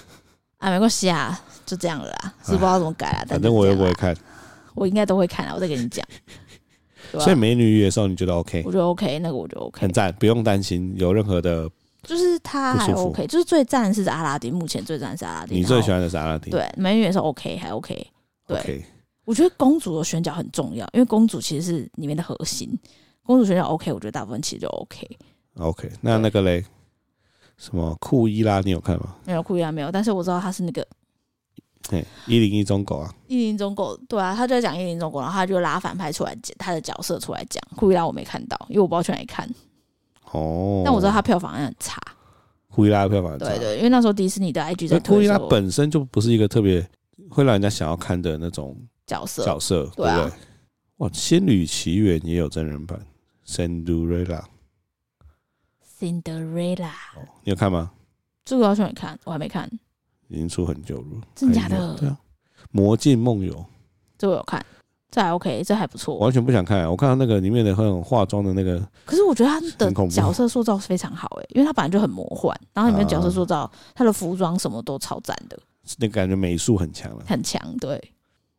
Speaker 2: <laughs> 啊，没关系啊，就这样了啦，是不知道怎么改啦。但
Speaker 1: <laughs> 反正我又
Speaker 2: 就这
Speaker 1: 不
Speaker 2: 样啦啊
Speaker 1: 会看。
Speaker 2: 我应该都会看啊，我再跟你
Speaker 1: <laughs>
Speaker 2: 讲。对啊
Speaker 1: 所以《
Speaker 2: 吧？
Speaker 1: 美女与野兽》你觉得 OK？
Speaker 2: 我觉得 OK，那个我觉得 OK，
Speaker 1: 很赞，不用担心有任何的。
Speaker 2: 就是他还
Speaker 1: 不舒服
Speaker 2: OK，就是最赞是阿拉丁，目前最赞是阿拉丁。
Speaker 1: 你最喜
Speaker 2: 然
Speaker 1: 欢的是阿拉
Speaker 2: 后
Speaker 1: 丁？
Speaker 2: 对美女也是 OK，还 OK。对
Speaker 1: o k
Speaker 2: 我觉得公主的选角很重要，因为公主其实是里面的核心。公主选角 OK，我觉得大部分其实就 OK。
Speaker 1: OK。那那个嘞，什么库伊拉你有看吗？
Speaker 2: 没有库伊拉没有，但是我知道她是那个
Speaker 1: 嘿，一零一中狗啊，
Speaker 2: 一零中狗，对啊，他就在讲一零中狗，然后他就拉反派出来讲他的角色出来讲。库伊拉我没看到，因为我不知道去哪里看，
Speaker 1: 哦。
Speaker 2: 但我知道他票房好像很差。
Speaker 1: 库伊拉的票房很差
Speaker 2: 对，对，因为那时候迪士尼的 IG 在
Speaker 1: 那
Speaker 2: 推
Speaker 1: 库伊拉
Speaker 2: 说
Speaker 1: 本身就不是一个特别会让人家想要看的那种
Speaker 2: 角色
Speaker 1: 角色，
Speaker 2: 对啊
Speaker 1: 不对？哇，《仙女奇缘》也有真人版《Cinderella》，
Speaker 2: Cinderella，
Speaker 1: 哦，你有看吗？
Speaker 2: 这个要去哪里看？我还没看，
Speaker 1: 已经出很久了，
Speaker 2: 真假
Speaker 1: 还有
Speaker 2: 的？
Speaker 1: 对啊，《魔镜梦游》
Speaker 2: 这我有看，这还 OK，这还不
Speaker 1: 我
Speaker 2: 错。
Speaker 1: 完全不想看、我看到那个里面的那种化妆的那个
Speaker 2: 可是我觉得他
Speaker 1: 很恐怖
Speaker 2: 的角色塑造非常好诶、因为他本来就很魔幻，然后里面角色塑
Speaker 1: 啊
Speaker 2: 造，他的服装什么都超赞的，
Speaker 1: 那感觉美术很强了。
Speaker 2: 很强。对，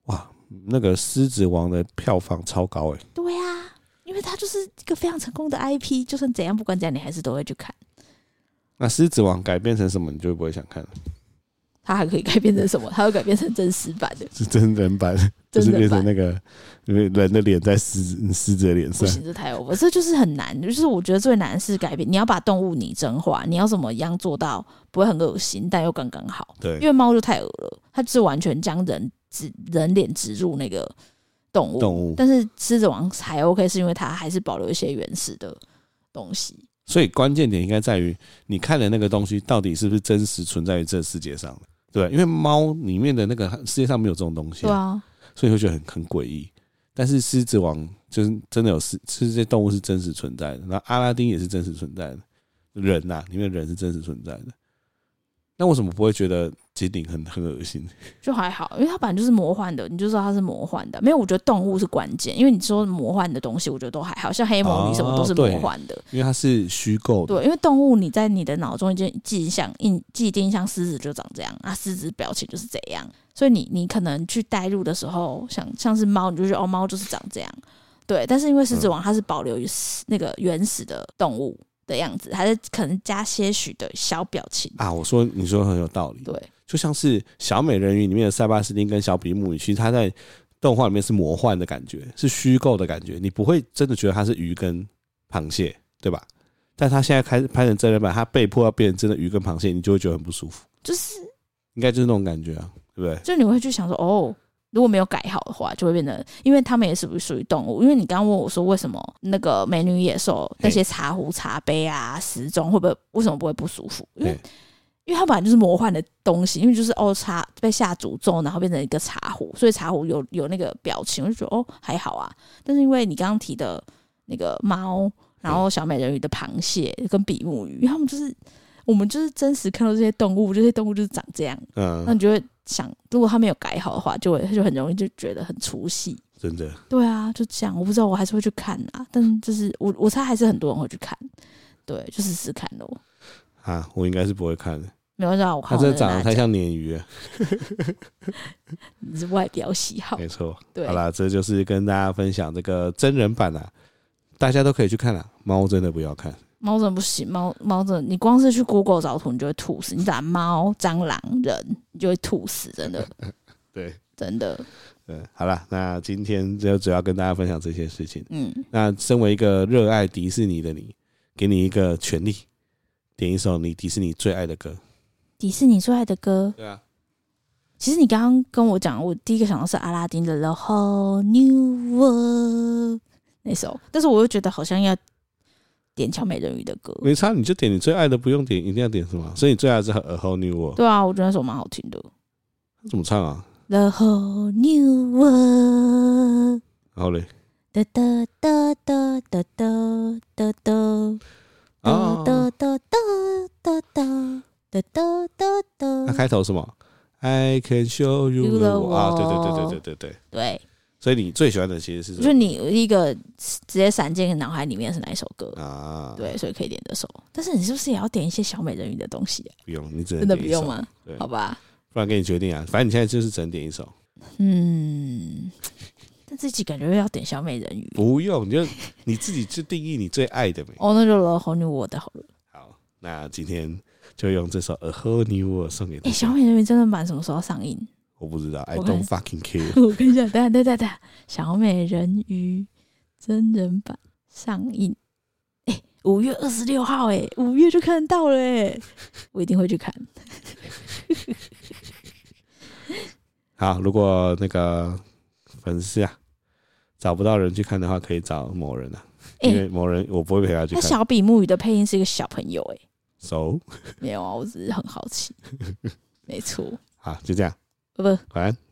Speaker 1: 哇，那个《狮子王》的票房超高哎、
Speaker 2: 对啊，因为他就是一个非常成功的 IP，就算怎样，不管怎样，你还是都会去看。
Speaker 1: 那《狮子王》改编成什么，你就不会想看了， <laughs>
Speaker 2: 他还可以改变成什么？他会改变成真实版的，
Speaker 1: 是真人版，就
Speaker 2: 真
Speaker 1: 是变
Speaker 2: 人
Speaker 1: 成
Speaker 2: 版。
Speaker 1: 那个人的脸在狮子狮子的脸
Speaker 2: 不
Speaker 1: 上。
Speaker 2: 行，这太 over，这就是很难。就是我觉得最难的是改变，你要把动物拟真化，你要怎么样做到不会很恶心，但又刚刚好。
Speaker 1: 对
Speaker 2: 因，为猫就太恶了，它就是完全将人植人脸植入那个动物。
Speaker 1: 动物
Speaker 2: 但是狮子王还 OK，是因为它还是保留一些原始的东西。
Speaker 1: 所以关键点应该在于你看的那个东西到底是不是真实存在于这世界上的，对吧因为猫里面的那个世界上没有这种东西
Speaker 2: 对
Speaker 1: 啊、
Speaker 2: 啊，
Speaker 1: 所以会觉得很很诡异。但是狮子王就是真的有狮，是这些动物是真实存在的，然后阿拉丁也是真实存在的，人呐、里面的人是真实存在的。那为什么不会觉得精灵很很恶心？
Speaker 2: 就还好，因为它本来就是魔幻的，你就知道它是魔幻的。没有，我觉得动物是关键，因为你说魔幻的东西，我觉得都还好像黑魔女什么都是
Speaker 1: 哦对
Speaker 2: 魔幻的。
Speaker 1: 因为它是虚构的，
Speaker 2: 对，因为动物你在你的脑中已经既像印既定像狮子就长这样啊，狮子表情就是这样，所以你你可能去带入的时候，想像是猫，你就觉得哦，猫就是长这样，对。但是因为狮子王它是保留那个原始的动物的样子，还是可能加些许的小表情，
Speaker 1: 啊，我说你说得很有道理，
Speaker 2: 对
Speaker 1: 就像是小美人鱼里面的塞巴斯汀跟小比目鱼，其实它在动画里面是魔幻的感觉，是虚构的感觉，你不会真的觉得它是鱼跟螃蟹，对吧？但它现在开始拍成真人版，它被迫要变成真的鱼跟螃蟹，你就会觉得很不舒服，
Speaker 2: 就是
Speaker 1: 应该就是那种感觉啊，对不对？
Speaker 2: 就你会去想说，哦，如果没有改好的话，就会变得，因为他们也是不属于动物。因为你刚刚问我说，为什么那个美女野兽那些茶壶、茶杯啊、时钟会不会为什么不会不舒服？因为
Speaker 1: 嘿
Speaker 2: 因为它本来就是魔幻的东西，因为就是哦茶被下诅咒，然后变成一个茶壶，所以茶壶有有那个表情，我就觉得哦还好啊。但是因为你刚刚提的那个猫，然后小美人鱼的螃蟹跟比目鱼，他们就是我们就是真实看到这些动物，这些动物就是长这样，那
Speaker 1: 嗯，
Speaker 2: 你就会想，如果他没有改好的话，就会就很容易就觉得很出戏。
Speaker 1: 真的，
Speaker 2: 对啊，就这样。我不知道，我还是会去看啊，但就是我我猜还是很多人会去看，对，就试试看咯。
Speaker 1: 啊，我应该是不会看的。
Speaker 2: 没关系啊，我
Speaker 1: 它
Speaker 2: 看我
Speaker 1: 真
Speaker 2: 那
Speaker 1: 的
Speaker 2: 个
Speaker 1: 长得
Speaker 2: 拿
Speaker 1: 太
Speaker 2: 奖
Speaker 1: 像鲶鱼了，
Speaker 2: 你是外表喜好，
Speaker 1: 没错。
Speaker 2: 对
Speaker 1: 哎好啦，这就是跟大家分享这个真人版啊，大家都可以去看啊。猫真的不要看，
Speaker 2: 猫真的不行，猫猫真的，你光是去 Google 找图，你就会吐死。你打猫、蟑螂、人，你就会吐死，
Speaker 1: <laughs>
Speaker 2: 真的，
Speaker 1: 对，
Speaker 2: 真的，
Speaker 1: 嗯，好了，那今天就主要跟大家分享这些事情。
Speaker 2: 嗯，
Speaker 1: 那身为一个热爱迪士尼的你，给你一个权利，点一首你迪士尼最爱的歌。
Speaker 2: 迪士尼最爱的歌，
Speaker 1: 对啊，
Speaker 2: 其实你刚刚跟我讲，我第一个想到是阿拉丁的《The Whole New World》那首，但是我又觉得好像要点小美人鱼的歌。
Speaker 1: 没差，你就点你最爱的，不用点一定要点什么。所以你最爱的是《A Whole New World》，
Speaker 2: 对啊，我觉得那首蛮好听的，《
Speaker 1: 它怎么唱啊？
Speaker 2: The Whole New World》
Speaker 1: 然后嘞，
Speaker 2: 哒哒哒哒哒哒哒哒。
Speaker 1: 啊，
Speaker 2: 哒哒哒哒哒哒哒
Speaker 1: 那开头是什么？I can show you
Speaker 2: You
Speaker 1: the
Speaker 2: the
Speaker 1: world 啊，对对
Speaker 2: world
Speaker 1: 对对对对对。
Speaker 2: 对，
Speaker 1: 所以你最喜欢的其实是这
Speaker 2: 就
Speaker 1: 个
Speaker 2: 你一个直接闪进脑海里面是哪一首歌？
Speaker 1: 啊，，
Speaker 2: 对，所以可以点这首。但是你是不是也要点一些小美人鱼的东西、
Speaker 1: 不用，你只能
Speaker 2: 真的
Speaker 1: 点
Speaker 2: 不
Speaker 1: 一首
Speaker 2: 用？啊吗？
Speaker 1: 对，
Speaker 2: 好吧，
Speaker 1: 不然给你决定啊，反正你现在就是只能点一首，
Speaker 2: 嗯，但这集感觉又要点小美人鱼。
Speaker 1: 不用，你就你自己去定义你最爱的美。
Speaker 2: 哦，那就了红女我的好了。
Speaker 1: 好，那今天就用这首《A Whole New World》送给
Speaker 2: 哎、
Speaker 1: 大
Speaker 2: 小
Speaker 1: 家。
Speaker 2: 美人鱼真的版什么时候上映？
Speaker 1: 我不知道，I
Speaker 2: 我看
Speaker 1: don't fucking care。
Speaker 2: 我跟你讲，等一下等一下等一下，小美人鱼真人版上映，哎、五月二十六号、哎，五月就看到了、哎，我一定会去看。
Speaker 1: 好，如果那个粉丝啊找不到人去看的话，可以找某人啊，
Speaker 2: 哎、
Speaker 1: 因为某人我不会陪他去
Speaker 2: 那
Speaker 1: 看。
Speaker 2: 小比目鱼的配音是一个小朋友、哎，
Speaker 1: So，
Speaker 2: 没有啊，我只是很好奇。没错，
Speaker 1: 好，就这样，
Speaker 2: 呃不。
Speaker 1: 晚安。